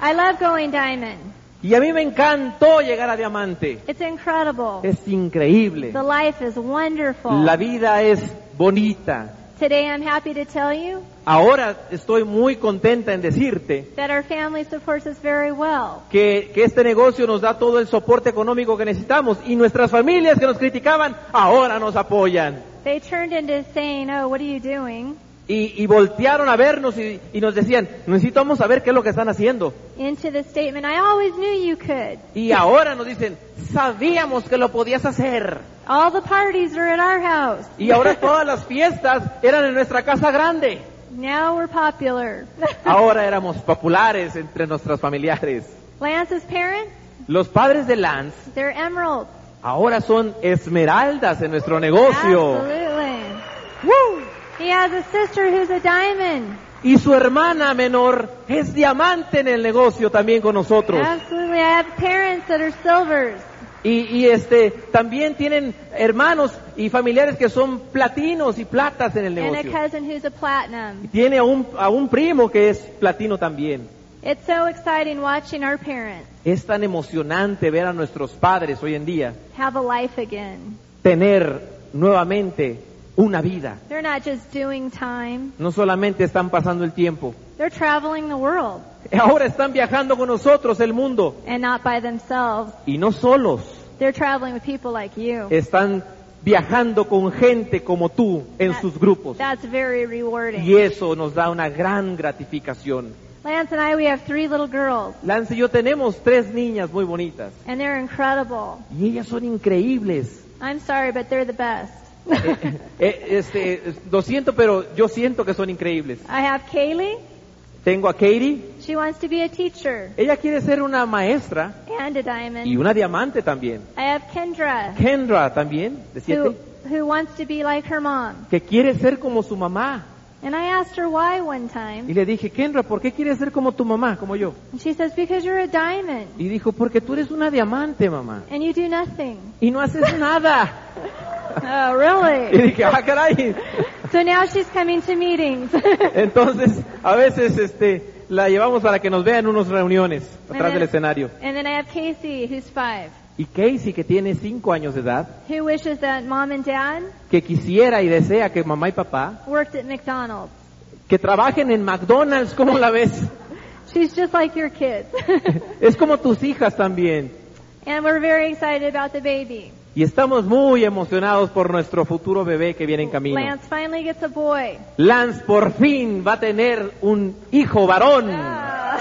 S8: I love going diamond.
S3: Y a mí me encantó llegar a diamante.
S8: It's incredible.
S3: Es increíble.
S8: The life is wonderful.
S3: La vida es bonita.
S8: Today I'm happy to tell you
S3: Ahora estoy muy contenta en decirte
S8: that our family supports us very well.
S3: que, que este negocio nos da todo el soporte económico que necesitamos y nuestras familias que nos criticaban ahora nos apoyan.
S8: They turned into saying, oh, what are you doing?
S3: Y, y voltearon a vernos y, y nos decían, necesitamos saber qué es lo que están haciendo.
S8: Into the statement, I always knew you could.
S3: Y ahora nos dicen, sabíamos que lo podías hacer.
S8: All the parties are at our house.
S3: Y ahora todas las fiestas eran en nuestra casa grande.
S8: Now we're popular.
S3: Ahora éramos populares entre nuestras familiares.
S8: Lance's parents,
S3: Los padres de Lance
S8: they're emeralds.
S3: ahora son esmeraldas en nuestro negocio.
S8: Absolutely.
S3: ¡Woo!
S8: He has a sister who's a diamond.
S3: Y su hermana menor es diamante en el negocio también con nosotros.
S8: Absolutely. I have parents that are silvers.
S3: Y, y, este también tienen hermanos y familiares que son platinos y platas en el
S8: And a
S3: negocio.
S8: cousin who's a platinum.
S3: Tiene a un, a un primo que es platino también.
S8: It's so exciting watching our parents
S3: Es tan emocionante ver a nuestros padres hoy en día
S8: have a life again.
S3: tener nuevamente una vida.
S8: They're not just doing time,
S3: No solamente están pasando el tiempo,
S8: they're traveling the world
S3: ahora están viajando con nosotros el mundo
S8: and not by themselves.
S3: y no solos,
S8: They're traveling with people like
S3: Eh.
S8: you.
S3: están viajando con gente como tú en
S8: That-
S3: sus grupos.
S8: That's very rewarding.
S3: Y eso nos da una gran gratificación.
S8: Lance and I, we have three little girls,
S3: Lance y yo tenemos tres niñas muy bonitas
S8: and they're incredible.
S3: y ellas son increíbles.
S8: I'm sorry, but they're the best.
S3: Eh, eh, este, es- lo siento, pero yo siento que son increíbles.
S8: I have Kaylee.
S3: Tengo a Katie,
S8: She wants to be a teacher
S3: ella quiere ser una maestra
S8: and a diamond.
S3: y una diamante también.
S8: I have Kendra,
S3: Kendra también, de
S8: who,
S3: siete,
S8: who wants to be like her mom.
S3: que quiere ser como su mamá.
S8: And I asked her why one
S3: Y
S8: time.
S3: le dije, Kendra, ¿por qué quieres ser como tu mamá, como yo?
S8: And she says, Because you're a diamond
S3: Y dijo, porque tú eres una diamante, mamá.
S8: and you do nothing.
S3: Y no haces nada.
S8: oh,
S3: Y
S8: really?
S3: dije, ah, caray.
S8: So now she's coming to meetings.
S3: Entonces, a veces este, la llevamos para que nos vean en unas reuniones atrás del escenario.
S8: and then I have Casey, who's five,
S3: Y Casey, que tiene cinco años de edad,
S8: who wishes that mom and dad
S3: que quisiera y desea que mamá y papá,
S8: worked at McDonald's.
S3: que trabajen en McDonald's, ¿cómo la ves?
S8: She's just like your kids.
S3: Es como tus hijas también.
S8: and we're very excited about the baby.
S3: Y estamos muy emocionados por nuestro futuro bebé que viene en camino.
S8: Lance finally gets a boy.
S3: Lance por fin va a tener un hijo varón.
S8: Ah.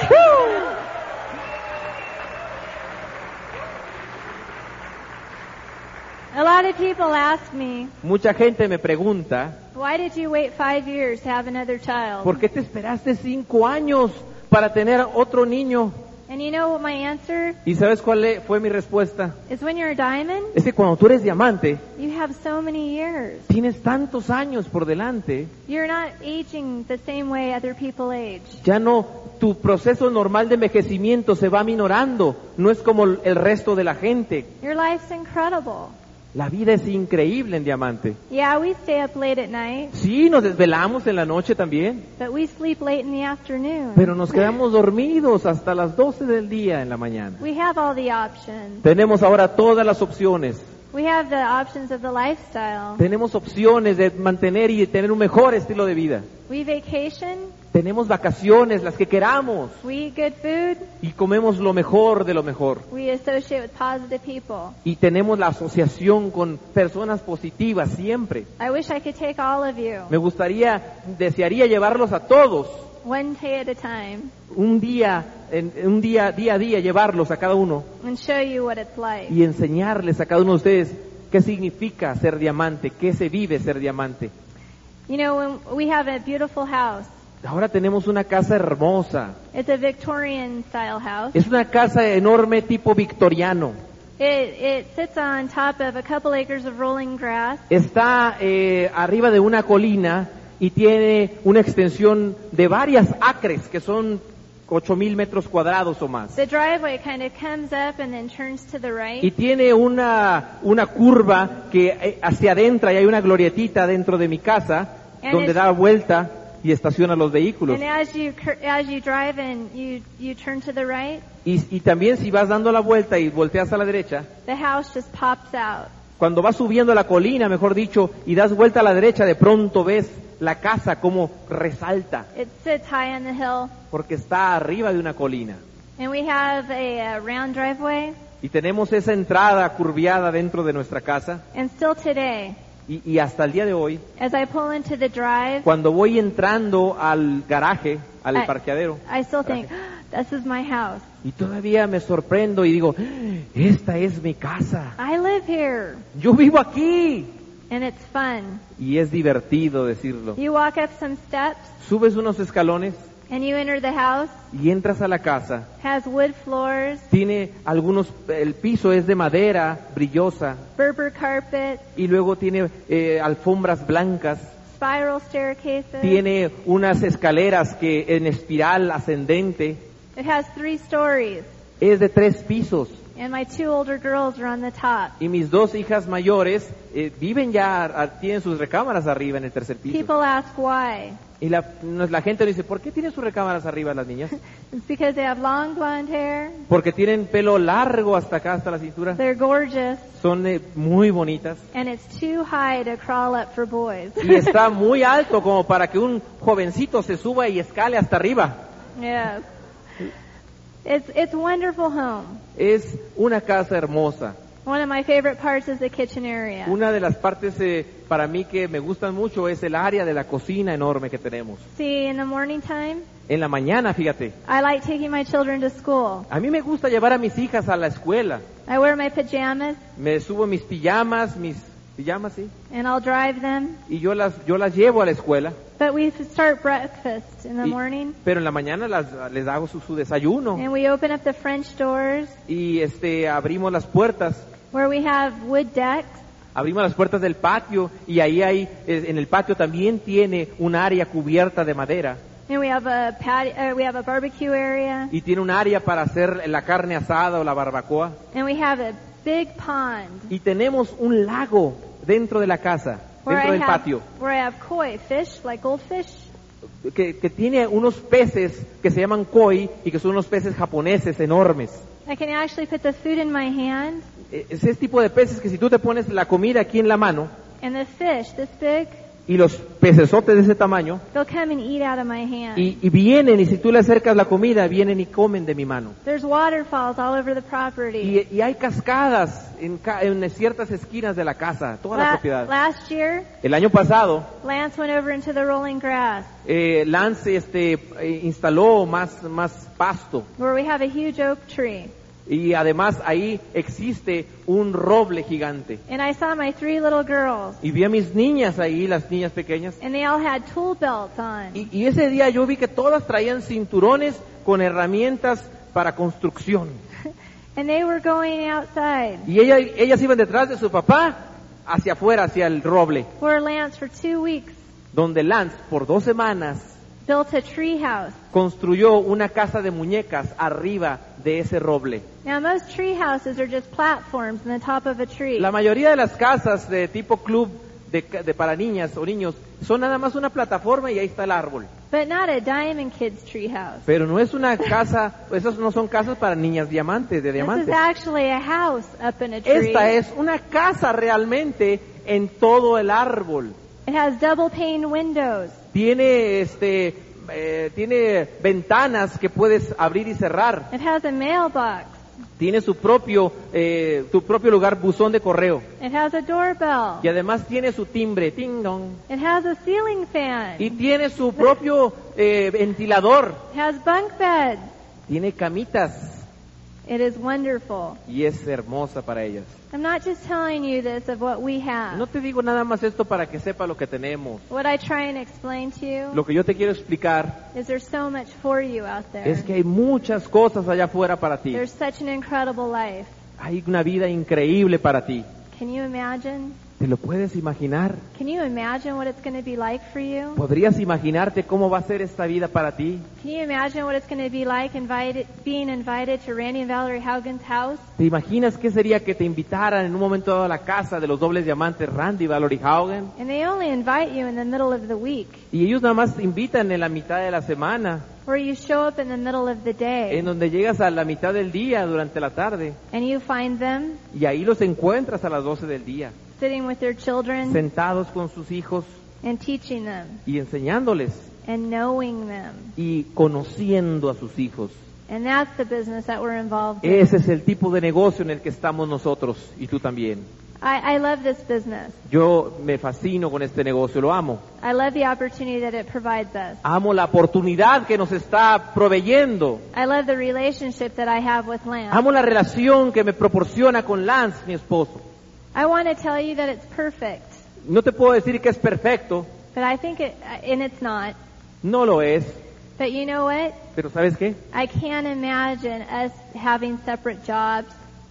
S8: a lot of people ask me,
S3: Mucha gente me pregunta,
S8: why did you wait five years to have another child?
S3: ¿por qué te esperaste cinco años para tener otro niño?
S8: And you know what my answer
S3: ¿Y sabes cuál e- fue mi respuesta?
S8: is when you're a diamond,
S3: Es que cuando tú eres diamante,
S8: you have so many years.
S3: tienes tantos años por delante,
S8: You're not aging the same way other people age.
S3: ya no, tu proceso normal de envejecimiento se va minorando, no es como el resto de la gente.
S8: Your life's incredible.
S3: La vida es increíble en diamante.
S8: Yeah, we stay up late at night,
S3: Sí, nos desvelamos en la noche también,
S8: but we sleep late in the afternoon.
S3: pero nos quedamos dormidos hasta las 12 del día en la mañana.
S8: We have all the options.
S3: Tenemos ahora todas las opciones.
S8: We have the options of the lifestyle.
S3: Tenemos opciones de mantener y de tener un mejor estilo de vida.
S8: We vacation,
S3: Tenemos vacaciones, las que queramos,
S8: we eat good food,
S3: y comemos lo mejor de lo mejor.
S8: we associate with positive people.
S3: Y tenemos la asociación con personas positivas siempre.
S8: I wish I could take all of you,
S3: Me gustaría, desearía llevarlos a todos,
S8: one day at a time,
S3: un día, en, en un día, día a día, llevarlos a cada uno
S8: and show you what it's like.
S3: y enseñarles a cada uno de ustedes qué significa ser diamante, qué se vive ser diamante.
S8: You know, when we have a beautiful house.
S3: Ahora tenemos una casa hermosa.
S8: It's a Victorian style house.
S3: Es una casa enorme tipo victoriano.
S8: It, it sits on top of a couple acres of rolling grass.
S3: Está eh, arriba de una colina y tiene una extensión de varias acres que son 8000 metros cuadrados o más.
S8: The driveway kind of comes up and then turns to the
S3: Y
S8: right.
S3: tiene una, una curva que eh, hacia adentro y hay una glorietita dentro de mi casa
S8: And
S3: donde
S8: it's-
S3: da vuelta y estaciona los vehículos.
S8: And as you cur- as you drive in, you you turn to the right.
S3: Y, y también si vas dando la vuelta y volteas a la derecha,
S8: The house just pops out.
S3: cuando vas subiendo la colina, mejor dicho, y das vuelta a la derecha, de pronto ves la casa como resalta,
S8: It sits high on the hill,
S3: porque está arriba de una colina.
S8: and we have a, uh round driveway.
S3: Y tenemos esa entrada curviada dentro de nuestra casa.
S8: And still today,
S3: Y, y hasta el día de hoy,
S8: as I pull into the drive,
S3: cuando voy entrando al garaje, al
S8: Ah.
S3: parqueadero,
S8: I still think, "This is my house.
S3: y todavía me sorprendo y digo, esta es mi casa,
S8: I live here,
S3: yo vivo aquí.
S8: and it's fun."
S3: Y es divertido decirlo.
S8: You walk up some steps,
S3: Subes unos escalones
S8: and you enter the house.
S3: y entras a la casa
S8: Has wood floors,
S3: Tiene algunos, el piso es de madera brillosa
S8: Berber carpet,
S3: y luego tiene eh, alfombras blancas,
S8: spiral staircases.
S3: tiene unas escaleras que en espiral ascendente
S8: It has three stories.
S3: es de tres pisos
S8: And my two older girls are on the top.
S3: Y mis dos hijas mayores eh, viven ya, a- tienen sus recámaras arriba en el tercer piso.
S8: People ask why.
S3: Y la, nos- la gente dice, ¿por qué tienen sus recámaras arriba las niñas?
S8: It's because they have long blonde hair.
S3: Porque tienen pelo largo hasta acá, hasta la cintura.
S8: They're gorgeous.
S3: Son eh, muy bonitas.
S8: And it's too high to crawl up for boys.
S3: Y está muy alto como para que un jovencito se suba y escale hasta arriba.
S8: yes. It's it's a wonderful home.
S3: Es una casa hermosa.
S8: One of my favorite parts is the kitchen area.
S3: Una de las partes eh, para mí que me gustan mucho es el área de la cocina enorme que tenemos.
S8: See, in the morning time,
S3: En la mañana, fíjate.
S8: I like taking my children to school.
S3: A mí me gusta llevar a mis hijas a la escuela.
S8: I wear my pajamas
S3: Me subo mis pijamas, mis pijamas, sí.
S8: and I'll drive them.
S3: Y yo las, yo las llevo a la escuela.
S8: But we start breakfast in the
S3: Y-
S8: morning Em.
S3: pero en la mañana las- les hago su, su desayuno.
S8: and we open up the French doors
S3: Y este, abrimos las puertas.
S8: where we have wood decks
S3: Abrimos las puertas del patio y ahí hay, eh, en el patio también tiene un área cubierta de madera
S8: and we have a patio, uh, we have a barbecue area
S3: y tiene un área para hacer la carne asada o la barbacoa.
S8: and we have a big pond
S3: Y tenemos un lago dentro de la casa,
S8: where
S3: dentro
S8: I
S3: del
S8: have
S3: patio,
S8: where I have koi fish like goldfish
S3: que, que tiene unos peces que se llaman koi y que son unos peces japoneses enormes.
S8: I can actually put the food in my hand
S3: Eh, Es ese tipo de peces que si tú te pones la comida aquí en la mano
S8: and the fish this big
S3: y los pecesotes de ese tamaño,
S8: they'll come and eat out of my hand
S3: Y, y vienen, y si tú le acercas la comida, vienen y comen de mi mano.
S8: there's waterfalls all over the property
S3: Y, y hay cascadas en, ca- en ciertas esquinas de la casa, toda la
S8: La-
S3: propiedad.
S8: last year
S3: El año pasado,
S8: Lance went over into the rolling grass
S3: eh, Lance este, eh, instaló más, más pasto.
S8: where we have a huge oak tree
S3: Y además ahí existe un roble gigante.
S8: and I saw my three little girls
S3: Y vi a mis niñas ahí, las niñas pequeñas.
S8: and they all had tool belts on
S3: Y, y ese día yo vi que todas traían cinturones con herramientas para construcción.
S8: and they were going outside
S3: Y ella- ellas iban detrás de su papá hacia afuera, hacia el roble.
S8: where Lance for two weeks
S3: donde Lance por dos semanas
S8: built a tree house.
S3: construyó una casa de muñecas arriba de ese roble.
S8: Now most tree houses are just platforms in the top of a tree.
S3: La mayoría de las casas de tipo club de, ca- de para niñas o niños son nada más una plataforma y ahí está el árbol.
S8: But not a Diamond Kids tree house.
S3: Pero no es una casa, esas no son casas para niñas diamantes, de
S8: This
S3: diamantes.
S8: is actually a house up in a tree.
S3: Esta es una casa realmente en todo el árbol.
S8: It has double pane windows.
S3: Tiene este eh, tiene ventanas que puedes abrir y cerrar.
S8: It has a mailbox.
S3: Tiene su propio eh, tu propio lugar buzón de correo.
S8: It has a doorbell.
S3: Y además tiene su timbre, ting dong.
S8: It has a ceiling fan.
S3: Y tiene su propio eh, ventilador.
S8: It has bunk beds.
S3: Tiene camitas.
S8: It is wonderful.
S3: Y es hermosa para ellas.
S8: I'm not just telling you this of what we have.
S3: No te digo nada más esto para que sepa lo que tenemos.
S8: What I try and explain to you
S3: Lo que yo te quiero explicar
S8: is there's so much for you out there.
S3: es que hay muchas cosas allá afuera para ti.
S8: There's such an incredible life.
S3: Hay una vida increíble para ti.
S8: Can you imagine?
S3: ¿Te lo puedes imaginar?
S8: Can you imagine what it's going to be like for you?
S3: ¿Podrías imaginarte cómo va a ser esta vida para ti?
S8: Can you imagine what it's going to be like invited, being invited to Randy and Valerie Haugen's house?
S3: ¿Te imaginas qué sería que te invitaran en un momento dado a la casa de los dobles diamantes Randy y Valerie Haugen?
S8: And they only invite you in the middle of the week,
S3: Y ellos nada más te invitan en la mitad de la semana.
S8: where you show up in the middle of the day
S3: en donde llegas a la mitad del día durante la tarde
S8: and you find them
S3: y ahí los encuentras a las 12 del día,
S8: sitting with their children
S3: sentados con sus hijos
S8: and teaching them
S3: y enseñándoles
S8: and knowing them.
S3: y conociendo a sus hijos.
S8: And that's the business that we're involved in.
S3: Ese es el tipo de negocio en el que estamos nosotros y tú también.
S8: I, I love this business.
S3: Yo me fascino con este negocio, lo amo.
S8: I love the opportunity that it provides us.
S3: Amo la oportunidad que nos está proveyendo.
S8: I love the relationship that I have with Lance.
S3: Amo la relación que me proporciona con Lance, mi esposo.
S8: I want to tell you that it's perfect,
S3: No te puedo decir que es perfecto,
S8: but I think it, and it's not.
S3: no lo es,
S8: But you know what?
S3: pero ¿sabes qué?
S8: I can't imagine us having separate jobs.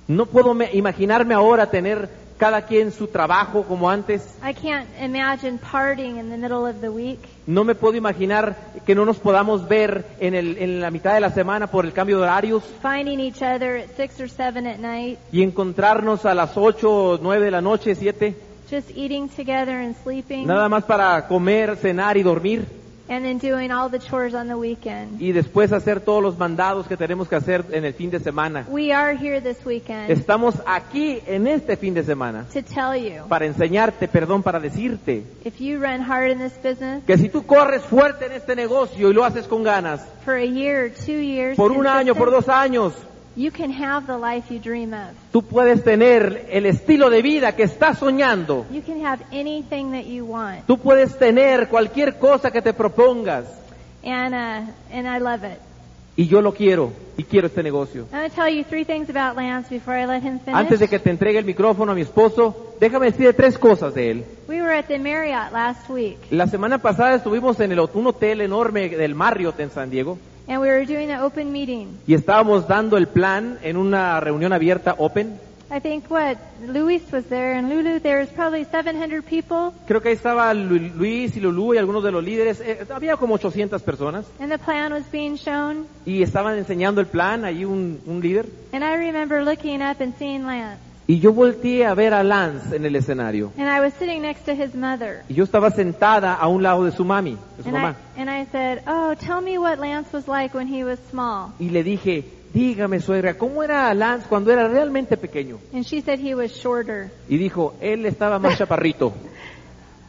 S3: No puedo me- imaginarme ahora tener cada quien su trabajo como antes.
S8: I can't imagine partying in the middle of the week.
S3: No me puedo imaginar que no nos podamos ver en, el- en la mitad de la semana por el cambio de horarios
S8: finding each other at six or seven at night,
S3: y encontrarnos a las 8 o 9 de la noche, 7,
S8: just eating together and sleeping,
S3: nada más para comer, cenar y dormir
S8: and then doing all the chores on the weekend.
S3: y después hacer todos los mandados que tenemos que hacer en el fin de semana.
S8: We are here this weekend
S3: Estamos aquí en este fin de semana
S8: to tell you
S3: para enseñarte, perdón, para decirte
S8: if you run hard in this business
S3: que si tú corres fuerte en este negocio y lo haces con ganas,
S8: for a year, two years,
S3: por un año, por
S8: consistent,
S3: dos años,
S8: you can have the life you dream of.
S3: tú puedes tener el estilo de vida que estás soñando.
S8: You can have anything that you want,
S3: Tú puedes tener cualquier cosa que te propongas.
S8: and uh, and I love it.
S3: Y yo lo quiero. Y quiero este negocio.
S8: I'm gonna tell you three things about Lance before I let him finish.
S3: Antes de que te entregue el micrófono a mi esposo, déjame decirte tres cosas de él.
S8: We were at the Marriott last week,
S3: La semana pasada estuvimos en el, hot- un hotel enorme del Marriott en San Diego
S8: and we were doing an open meeting.
S3: y estábamos dando el plan en una reunión abierta open.
S8: I think what Luis was there and Lulu. There was probably 700 people,
S3: Creo que ahí estaba Lu- Luis y Lulú y algunos de los líderes. Eh, había como 800 personas
S8: and the plan was being shown.
S3: y estaban enseñando el plan, ahí un, un líder.
S8: And I remember looking up and seeing Lance,
S3: Y yo volteé a ver a Lance en el escenario.
S8: and I was sitting next to his mother.
S3: Y yo estaba sentada a un lado de su mami, de su
S8: And I,
S3: mamá.
S8: and I said, "Oh, tell me what Lance was like when he was small."
S3: Y le dije, dígame suegra, ¿cómo era Lance cuando era realmente pequeño?
S8: And she said he was shorter
S3: Y dijo, él estaba más chaparrito,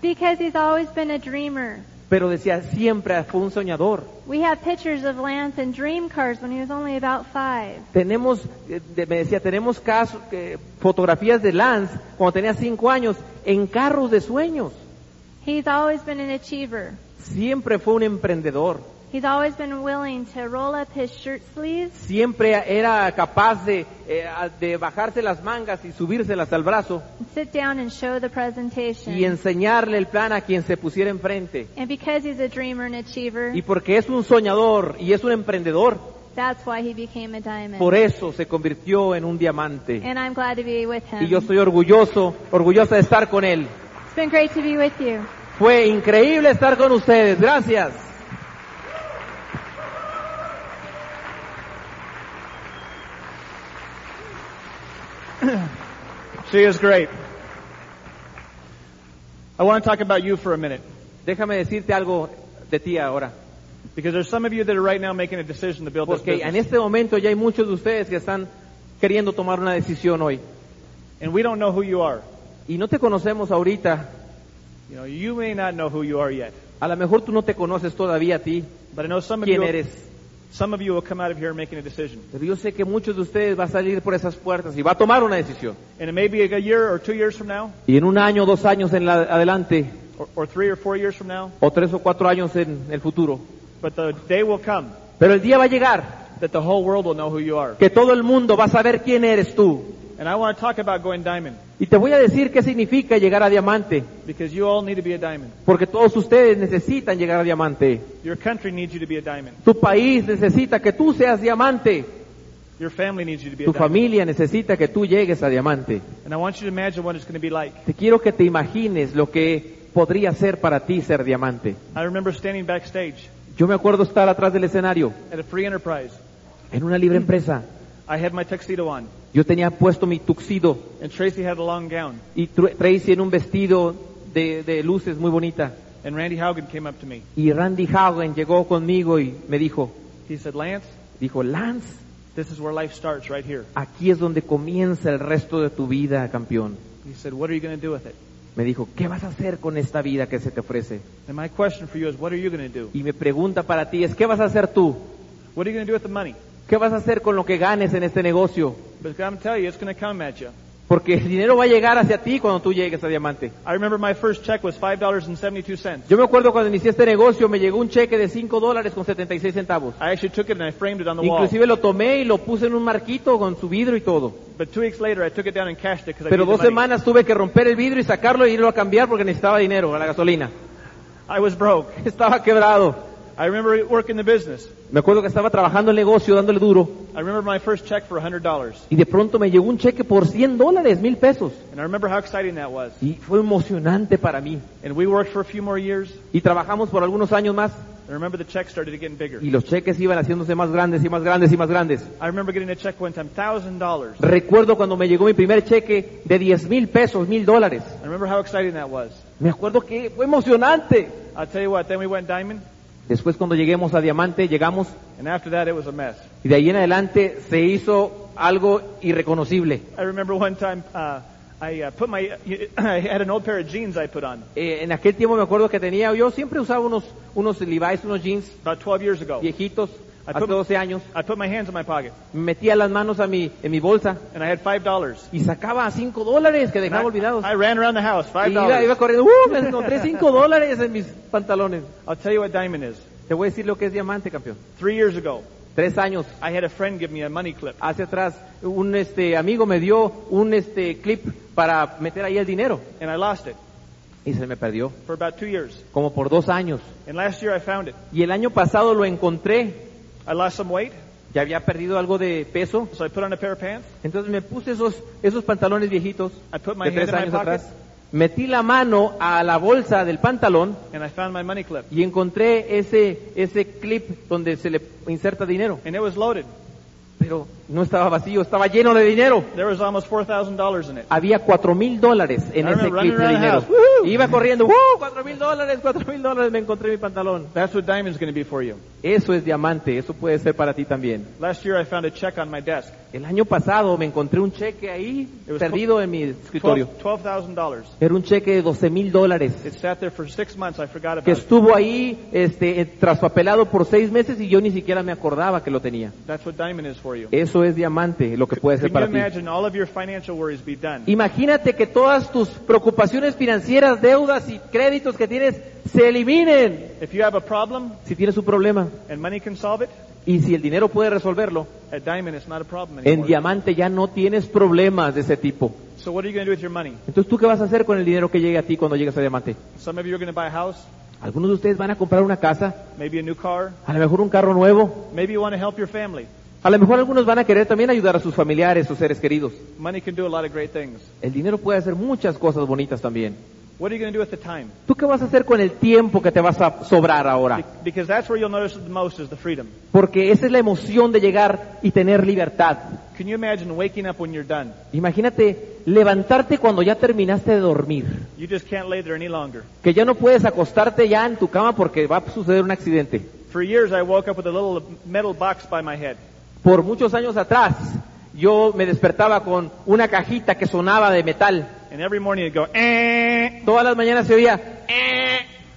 S8: because he's always been a dreamer.
S3: pero decía, siempre fue un soñador.
S8: We have pictures of Lance in dream cars when he was only about five.
S3: Tenemos, eh, de- me decía, tenemos casos, eh, fotografías de Lance cuando tenía cinco años en carros de sueños.
S8: He's always been an achiever.
S3: Siempre fue un emprendedor.
S8: He's always been willing to roll up his shirt sleeves
S3: Siempre era capaz de, eh, a- de bajarse las mangas y subírselas al brazo
S8: and sit down and show the presentation.
S3: y enseñarle el plan a quien se pusiera enfrente.
S8: And because he's a dreamer and achiever,
S3: Y porque es un soñador y es un emprendedor,
S8: that's why he became a diamond.
S3: Por eso se convirtió en un diamante.
S8: And I'm glad to be with him.
S3: Y yo soy orgulloso, orgullosa de estar con él.
S8: It's been great to be with you.
S3: Fue increíble estar con ustedes. Gracias.
S7: She is great. I want to talk about you for a minute
S3: Déjame decirte algo de ti ahora.
S7: because there's some of you that are right now making a decision to build this
S3: Porque en
S7: business.
S3: este momento ya hay muchos de ustedes que están queriendo tomar una decisión hoy.
S7: And we don't know who you are.
S3: Y no te conocemos ahorita.
S7: You know, you may not know who you are yet,
S3: A lo mejor tú no te conoces todavía a ti,
S7: but I know some of
S3: quién
S7: you
S3: eres.
S7: some of you will come out of here making a decision.
S3: Pero yo sé que muchos de ustedes va a salir por esas puertas y va a tomar una decisión.
S7: And it may be a year or two years from now,
S3: Y en un año, dos años en la, adelante,
S7: or, or three or four years from now,
S3: o tres o cuatro años en el futuro.
S7: but the day will come
S3: Pero el día va a llegar
S7: that the whole world will know who you are.
S3: que todo el mundo va a saber quién eres tú.
S7: And I want to talk about going diamond
S3: Y te voy a decir qué significa llegar a diamante,
S7: because you all need to be a diamond.
S3: porque todos ustedes necesitan llegar a diamante.
S7: Your country needs you to be a diamond.
S3: Tu país necesita que tú seas diamante,
S7: Your family needs you to be a
S3: tu
S7: diamond.
S3: familia necesita que tú llegues a diamante.
S7: And I want you to imagine what it's going to be like.
S3: Te quiero que te imagines lo que podría ser para ti ser diamante.
S7: I remember standing backstage
S3: Yo me acuerdo estar atrás del escenario,
S7: at a free enterprise.
S3: en una libre empresa.
S7: I had my tuxedo on,
S3: Yo tenía puesto mi tuxido
S7: and Tracy had a long gown,
S3: y Tr- Tracy en un vestido de, de luces muy bonita.
S7: and Randy Haugen came up to me.
S3: Y Randy Haugen llegó conmigo y me dijo,
S7: He said, Lance,
S3: dijo, Lance,
S7: this is where life starts, right here.
S3: Aquí es donde comienza el resto de tu vida, campeón.
S7: He said, what are you going to do with it?
S3: Me dijo, ¿qué vas a hacer con esta vida que se te ofrece?
S7: And my question for you is, what are you going to do?
S3: Y mi pregunta para ti es, ¿qué vas a hacer tú?
S7: What are you going to do with the money?
S3: ¿Qué vas a hacer con lo que ganes en este negocio?
S7: But I'm telling you, it's going to come at you.
S3: Porque el dinero va a llegar hacia ti cuando tú llegues a Diamante.
S7: I remember my first check was $5.72.
S3: Yo me acuerdo cuando inicié este negocio, me llegó un cheque de 5 dólares con 76 centavos.
S7: I actually took it and I framed it on the wall.
S3: Inclusive lo tomé y lo puse en un marquito con su vidrio y todo.
S7: But two weeks later, I took it down and cashed it because I
S3: Pero
S7: needed
S3: dos
S7: the money.
S3: semanas tuve que romper el vidrio y e sacarlo y irlo a cambiar porque necesitaba dinero a la gasolina.
S7: I was broke.
S3: Estaba quebrado.
S7: I remember working the business.
S3: Me acuerdo que estaba trabajando el negocio, dándole duro,
S7: I remember my first check for $100.
S3: y de pronto me llegó un cheque por 100 dólares, mil pesos.
S7: And I remember how exciting that was.
S3: Y fue emocionante para mí.
S7: And we worked for a few more years.
S3: Y trabajamos por algunos años más,
S7: And I remember the check started getting bigger.
S3: y los cheques iban haciéndose más grandes y más grandes y más grandes.
S7: I remember getting a check one time, $1,000.
S3: Recuerdo cuando me llegó mi primer cheque de 10 mil pesos, mil dólares.
S7: I remember how exciting that was.
S3: Me acuerdo que fue emocionante.
S7: I'll tell you what, then we went diamond.
S3: Después cuando lleguemos a Diamante, llegamos
S7: And after that, it was a mess.
S3: y de ahí en adelante se hizo algo irreconocible.
S7: I remember one time uh, I uh, put my I had an old pair of jeans I put on
S3: Eh, en aquel tiempo me acuerdo que tenía, yo siempre usaba unos, unos Levi's, unos jeans
S7: about 12 years ago.
S3: viejitos,
S7: I
S3: hace
S7: put-
S3: 12 años.
S7: I put my hands in my pocket
S3: Me Metía las manos a mi, en mi bolsa
S7: and I had five dollars.
S3: y sacaba 5 dólares que
S7: And
S3: dejaba olvidados.
S7: I, I ran around the house
S3: Y
S7: five
S3: iba, iba
S7: dollars.
S3: corriendo, ¡uh! Me encontré 5 dólares en mis pantalones.
S7: I'll tell you what diamond is.
S3: Te voy a decir lo que es Diamante, campeón.
S7: Three years ago,
S3: Tres años
S7: I had a friend give me a money clip.
S3: hacia atrás, un este amigo me dio un este clip para meter ahí el dinero
S7: and I lost it
S3: y se me perdió
S7: for about two years.
S3: como por dos años.
S7: And last year I found it.
S3: Y el año pasado lo encontré,
S7: I lost some weight,
S3: ya había perdido algo de peso,
S7: so I put on a pair of pants.
S3: entonces me puse esos esos pantalones viejitos
S7: I put my
S3: de tres
S7: hand in my
S3: años
S7: pocket.
S3: atrás, metí la mano a la bolsa del pantalón
S7: and I found my money clip.
S3: y encontré ese ese clip donde se le inserta dinero,
S7: And it was loaded.
S3: pero no estaba vacío, estaba lleno de dinero.
S7: There was almost $4,000 in it.
S3: había cuatro mil dólares en ese
S7: I remember
S3: clip
S7: running
S3: de
S7: around
S3: dinero.
S7: the house.
S3: Y Iba corriendo, cuatro mil dólares, cuatro mil dólares, me encontré mi pantalón.
S7: That's what diamond's going to be for you.
S3: Eso es diamante, eso puede ser para ti también.
S7: Last year I found a check on my desk.
S3: El año pasado me encontré un cheque ahí,
S7: It was
S3: perdido en mi escritorio.
S7: Twelve- $12,000.
S3: Era un cheque de doce mil dólares
S7: It sat there for six months. I forgot
S3: que
S7: about it.
S3: estuvo ahí este, eh, traspapelado por seis meses y yo ni siquiera me acordaba que lo tenía.
S7: That's what diamond is for you.
S3: Eso es diamante, lo que puede ser
S7: Can you
S3: para ti.
S7: imagine all of your financial worries be done?
S3: Imagínate que todas tus preocupaciones financieras, deudas y créditos que tienes se eliminen
S7: If you have a problem
S3: si tienes un problema.
S7: and money can solve it,
S3: Y si el dinero puede resolverlo,
S7: at diamond it's not a problem
S3: en
S7: anymore.
S3: diamante ya no tienes problemas de ese tipo.
S7: So what are you going to do with your money?
S3: Entonces, ¿tú qué vas a hacer con el dinero que llegue a ti cuando llegues a diamante?
S7: Some of you are going to buy a house,
S3: Algunos de ustedes van a comprar una casa,
S7: maybe a new car,
S3: a lo mejor un carro nuevo,
S7: maybe you want to help your family.
S3: a lo mejor algunos van a querer también ayudar a sus familiares, sus seres queridos.
S7: Money can do a lot of great things.
S3: El dinero puede hacer muchas cosas bonitas también.
S7: What are you going to do with the time?
S3: ¿Tú qué vas a hacer con el tiempo que te vas a sobrar
S7: Be-
S3: ahora?
S7: Because that's where you'll notice it the most is the freedom.
S3: Porque esa es la emoción de llegar y tener libertad.
S7: Can you imagine waking up when you're done?
S3: Imagínate levantarte cuando ya terminaste de dormir.
S7: You just can't lay there any longer.
S3: que ya no puedes acostarte ya en tu cama porque va a suceder un accidente.
S7: For years, I woke up with a little metal box by my head.
S3: Por muchos años atrás, yo me despertaba con una cajita que sonaba de metal.
S7: And every morning it'd go, eh.
S3: Todas las mañanas se oía.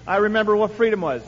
S7: I remember what freedom was.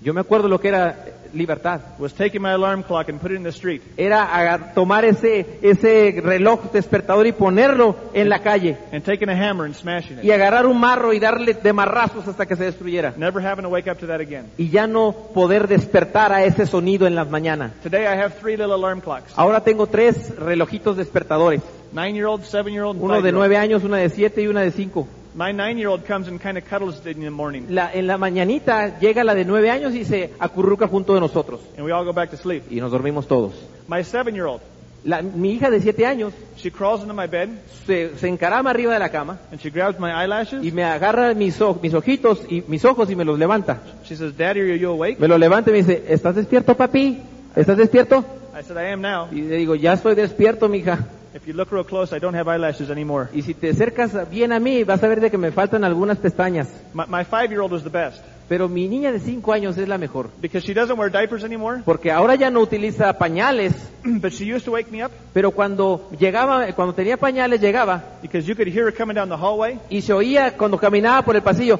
S3: Yo me acuerdo lo que era eh, libertad.
S7: was taking my alarm clock and put it in the street.
S3: Era agar- tomar ese, ese reloj despertador y ponerlo en la calle.
S7: And taking a hammer and smashing
S3: Y
S7: it.
S3: agarrar un marro y darle de marrazos hasta que se destruyera.
S7: Never having to wake up to that again.
S3: Y ya no poder despertar a ese sonido en las mañanas.
S7: Today I have three little alarm clocks.
S3: Ahora tengo tres relojitos despertadores.
S7: Nine-year-old, seven-year-old, and
S3: Uno de
S7: five-year-old.
S3: nueve años, una de siete y una de cinco.
S7: My nine-year-old comes and kind of cuddles in the morning.
S3: La- en la mañanita llega la de nueve años y se acurruca junto de nosotros
S7: And we all go back to sleep.
S3: y nos dormimos todos.
S7: My seven-year-old,
S3: La- mi hija de siete años
S7: she crawls into my bed
S3: se, se encarama arriba de la cama
S7: and she grabs my eyelashes.
S3: y me agarra mis, o- mis ojitos y mis ojos y me los levanta.
S7: She says, Daddy, are you awake?
S3: Me los levanta y me dice, ¿estás despierto papi? ¿Estás despierto?
S7: I said, I am now.
S3: Y le digo, ya estoy despierto, mija.
S7: If you look real close, I don't have eyelashes anymore.
S3: Y si te acercas bien a mí, vas a ver de que me faltan algunas pestañas.
S7: My, my five-year-old was the best
S3: Pero mi niña de cinco años es la mejor.
S7: because she doesn't wear diapers anymore,
S3: Porque ahora ya no utiliza pañales,
S7: but she used to wake me up
S3: pero cuando llegaba, cuando tenía pañales llegaba
S7: because you could hear her coming down the hallway
S3: y se oía cuando caminaba por el pasillo,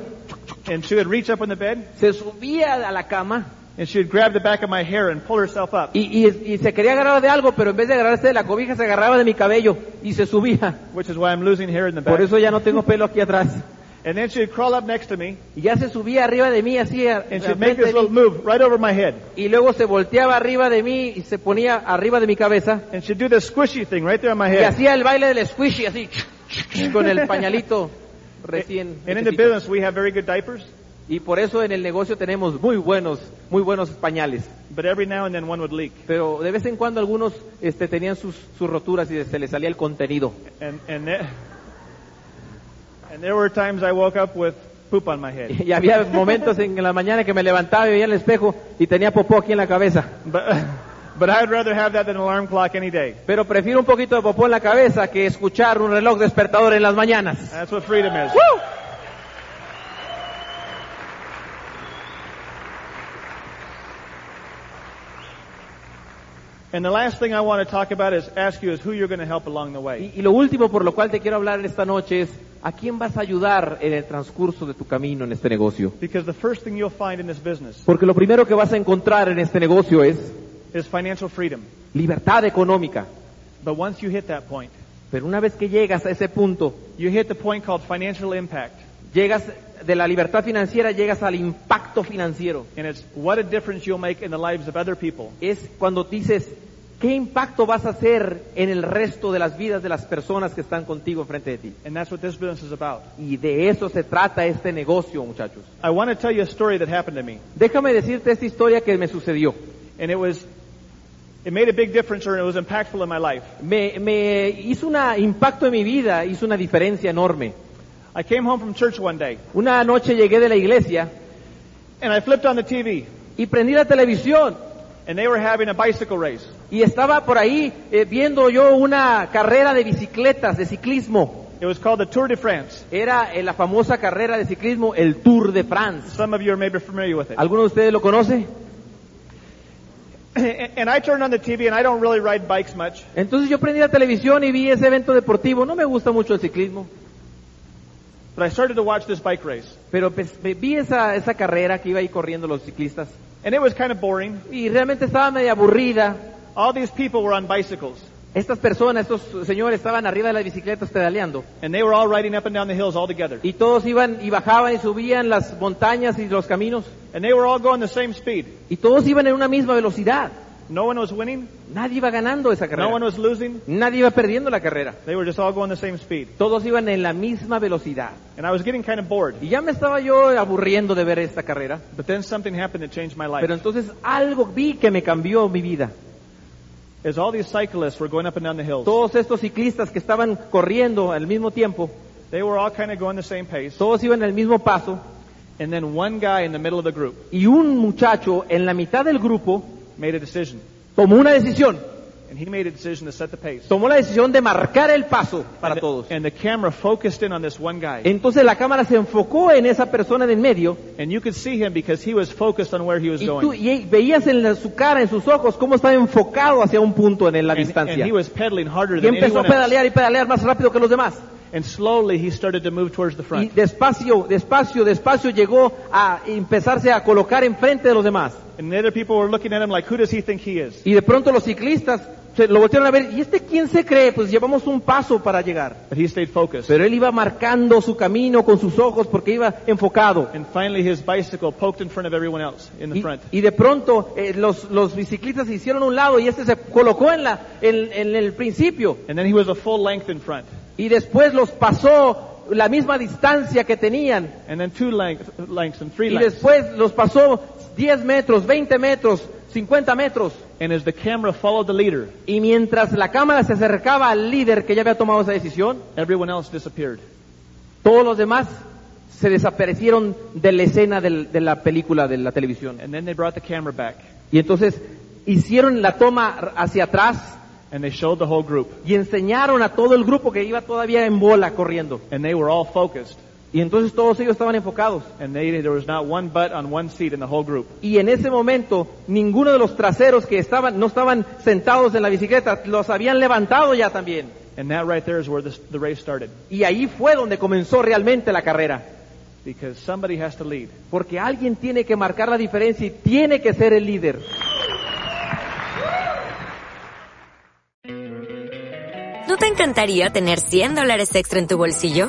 S7: and she would reach up on the bed
S3: se subía a la cama
S7: and she would grab the back of my hair and pull herself up.
S3: y, y- y se quería agarrar de algo, pero en vez de agarrarse de la cobija se agarraba de mi cabello y se subía.
S7: which is why I'm losing hair in the back.
S3: Por eso ya no tengo pelo aquí atrás.
S7: And then she'd crawl up next to me,
S3: Y ya se subía arriba de mí así a-
S7: and
S3: a
S7: she'd make
S3: frente
S7: this
S3: de mí.
S7: little move right over my head.
S3: y luego se volteaba arriba de mí y se ponía arriba de mi cabeza
S7: And she'd do this squishy thing right there on my
S3: y
S7: head.
S3: hacía el baile del squishy así con el pañalito recién.
S7: And in the
S3: hechecito.
S7: business, we have very good diapers,
S3: Y por eso en el negocio tenemos muy buenos, muy buenos pañales.
S7: But every now and then one would leak.
S3: Pero de vez en cuando algunos este, tenían sus, sus roturas y se les salía el contenido.
S7: And, and, there, and there were times I woke up with poop on my head.
S3: Y había momentos en la mañana que me levantaba y veía el espejo y tenía popó aquí en la cabeza.
S7: But, but I'd rather have that than an alarm clock any day.
S3: Pero prefiero un poquito de popó en la cabeza que escuchar un reloj despertador en las mañanas.
S7: That's what freedom is.
S3: ¡Woo!
S7: And the last thing I want to talk about is ask you is who you're going to help along the way.
S3: Y, y lo último por lo cual te quiero hablar esta noche es a quién vas a ayudar en el transcurso de tu camino en este negocio.
S7: Because the first thing you'll find in this business
S3: Porque lo primero que vas a encontrar en este negocio es
S7: is financial freedom.
S3: libertad económica.
S7: But once you hit that point,
S3: Pero una vez que llegas a ese punto,
S7: you hit the point called financial impact.
S3: llegas de la libertad financiera, llegas al impacto financiero.
S7: And it's what a difference you'll make in the lives of other people.
S3: Es cuando dices, ¿qué impacto vas a hacer en el resto de las vidas de las personas que están contigo enfrente de ti?
S7: And that's what this business is about.
S3: Y de eso se trata este negocio, muchachos.
S7: I want to tell you a story that happened to me.
S3: Déjame decirte esta historia que me sucedió.
S7: And it was, it made a big difference or it was impactful in my life.
S3: Me, me hizo un impacto en mi vida, hizo una diferencia enorme.
S7: I came home from church one day
S3: Una noche llegué de la iglesia
S7: and I flipped on the TV
S3: y prendí la televisión
S7: and they were having a bicycle race.
S3: y estaba por ahí eh, viendo yo una carrera de bicicletas, de ciclismo.
S7: It was called the Tour de France.
S3: Era eh, la famosa carrera de ciclismo, el Tour de France.
S7: Some of you are maybe familiar with it.
S3: ¿Alguno de ustedes lo conoce?
S7: and I turned on the TV and I don't really ride bikes much.
S3: Entonces yo prendí la televisión y vi ese evento deportivo. No me gusta mucho el ciclismo,
S7: But I started to watch this bike race.
S3: pero pues, me- vi esa, esa carrera que iba ahí corriendo los ciclistas
S7: And it was kind of boring.
S3: y realmente estaba media aburrida.
S7: All these people were on bicycles.
S3: Estas personas, estos señores estaban arriba de las bicicletas pedaleando
S7: And they were all riding up and down the hills all together.
S3: y todos iban y bajaban y subían las montañas y los caminos
S7: And they were all going the same speed.
S3: y todos iban en una misma velocidad.
S7: No one was winning.
S3: Nadie iba ganando esa
S7: No one
S3: carrera.
S7: was losing.
S3: Nadie iba perdiendo la carrera.
S7: They were just all going the same speed.
S3: Todos iban en la misma velocidad.
S7: And I was getting kind of bored.
S3: Y ya me estaba yo aburriendo de ver esta carrera.
S7: But then something happened that changed my
S3: Pero
S7: life.
S3: entonces algo vi que me cambió mi vida.
S7: As all these cyclists were going up and down the hills,
S3: Todos estos ciclistas que estaban corriendo al mismo tiempo,
S7: they were all kind of going the same pace.
S3: todos iban al mismo paso.
S7: And then one guy in the middle of the group
S3: Y un muchacho en la mitad del grupo
S7: made a decision.
S3: tomó una decisión.
S7: And he made a decision to set the pace.
S3: Tomó la decisión de marcar el paso para
S7: and, the,
S3: todos.
S7: and the camera focused in on this one guy.
S3: Entonces la cámara se enfocó en esa persona de en medio
S7: And you could see him because he was focused on where he was
S3: y tú
S7: going.
S3: y veías en la- su cara, en sus ojos, cómo estaba enfocado hacia un punto en la
S7: And, and
S3: distancia.
S7: he was pedaling harder
S3: Y
S7: than
S3: empezó a
S7: anyone else.
S3: pedalear y pedalear más rápido que los demás.
S7: And slowly he started to move towards the
S3: Y
S7: front.
S3: despacio, despacio, despacio llegó a empezarse a colocar enfrente de los demás.
S7: And the other people were looking at him like, who does he think he is?
S3: Y de pronto los ciclistas se lo voltearon a ver. ¿Y este quién se cree? Pues llevamos un paso para llegar.
S7: But he stayed focused.
S3: Pero él iba marcando su camino con sus ojos porque iba enfocado.
S7: And finally his bicycle poked in front of everyone else in the
S3: Y,
S7: front.
S3: y de pronto eh, los, los biciclistas se hicieron a un lado y este se colocó en, la, en, en el principio.
S7: And then he was a full length in front.
S3: Y después los pasó la misma distancia que tenían.
S7: And then two length, lengths and three
S3: Y
S7: lengths.
S3: después los pasó 10 metros, 20 metros, 50 metros.
S7: And as the camera followed the leader,
S3: Y mientras la cámara se acercaba al líder que ya había tomado esa decisión,
S7: everyone else disappeared.
S3: todos los demás se desaparecieron de la escena del- de la película de la televisión.
S7: And then they brought the camera back.
S3: Y entonces hicieron la toma hacia atrás
S7: And they showed the whole group.
S3: y enseñaron a todo el grupo que iba todavía en bola corriendo.
S7: And they were all focused.
S3: Y entonces todos ellos estaban enfocados.
S7: And they, there was not one butt on one seat in the whole group.
S3: Y en ese momento ninguno de los traseros que estaban no estaban sentados en la bicicleta los habían levantado ya también.
S7: And that right there is where this, the race started.
S3: Y ahí fue donde comenzó realmente la carrera,
S7: Because somebody has to lead.
S3: porque alguien tiene que marcar la diferencia y tiene que ser el líder.
S9: ¿No te encantaría tener 100 dólares extra en tu bolsillo?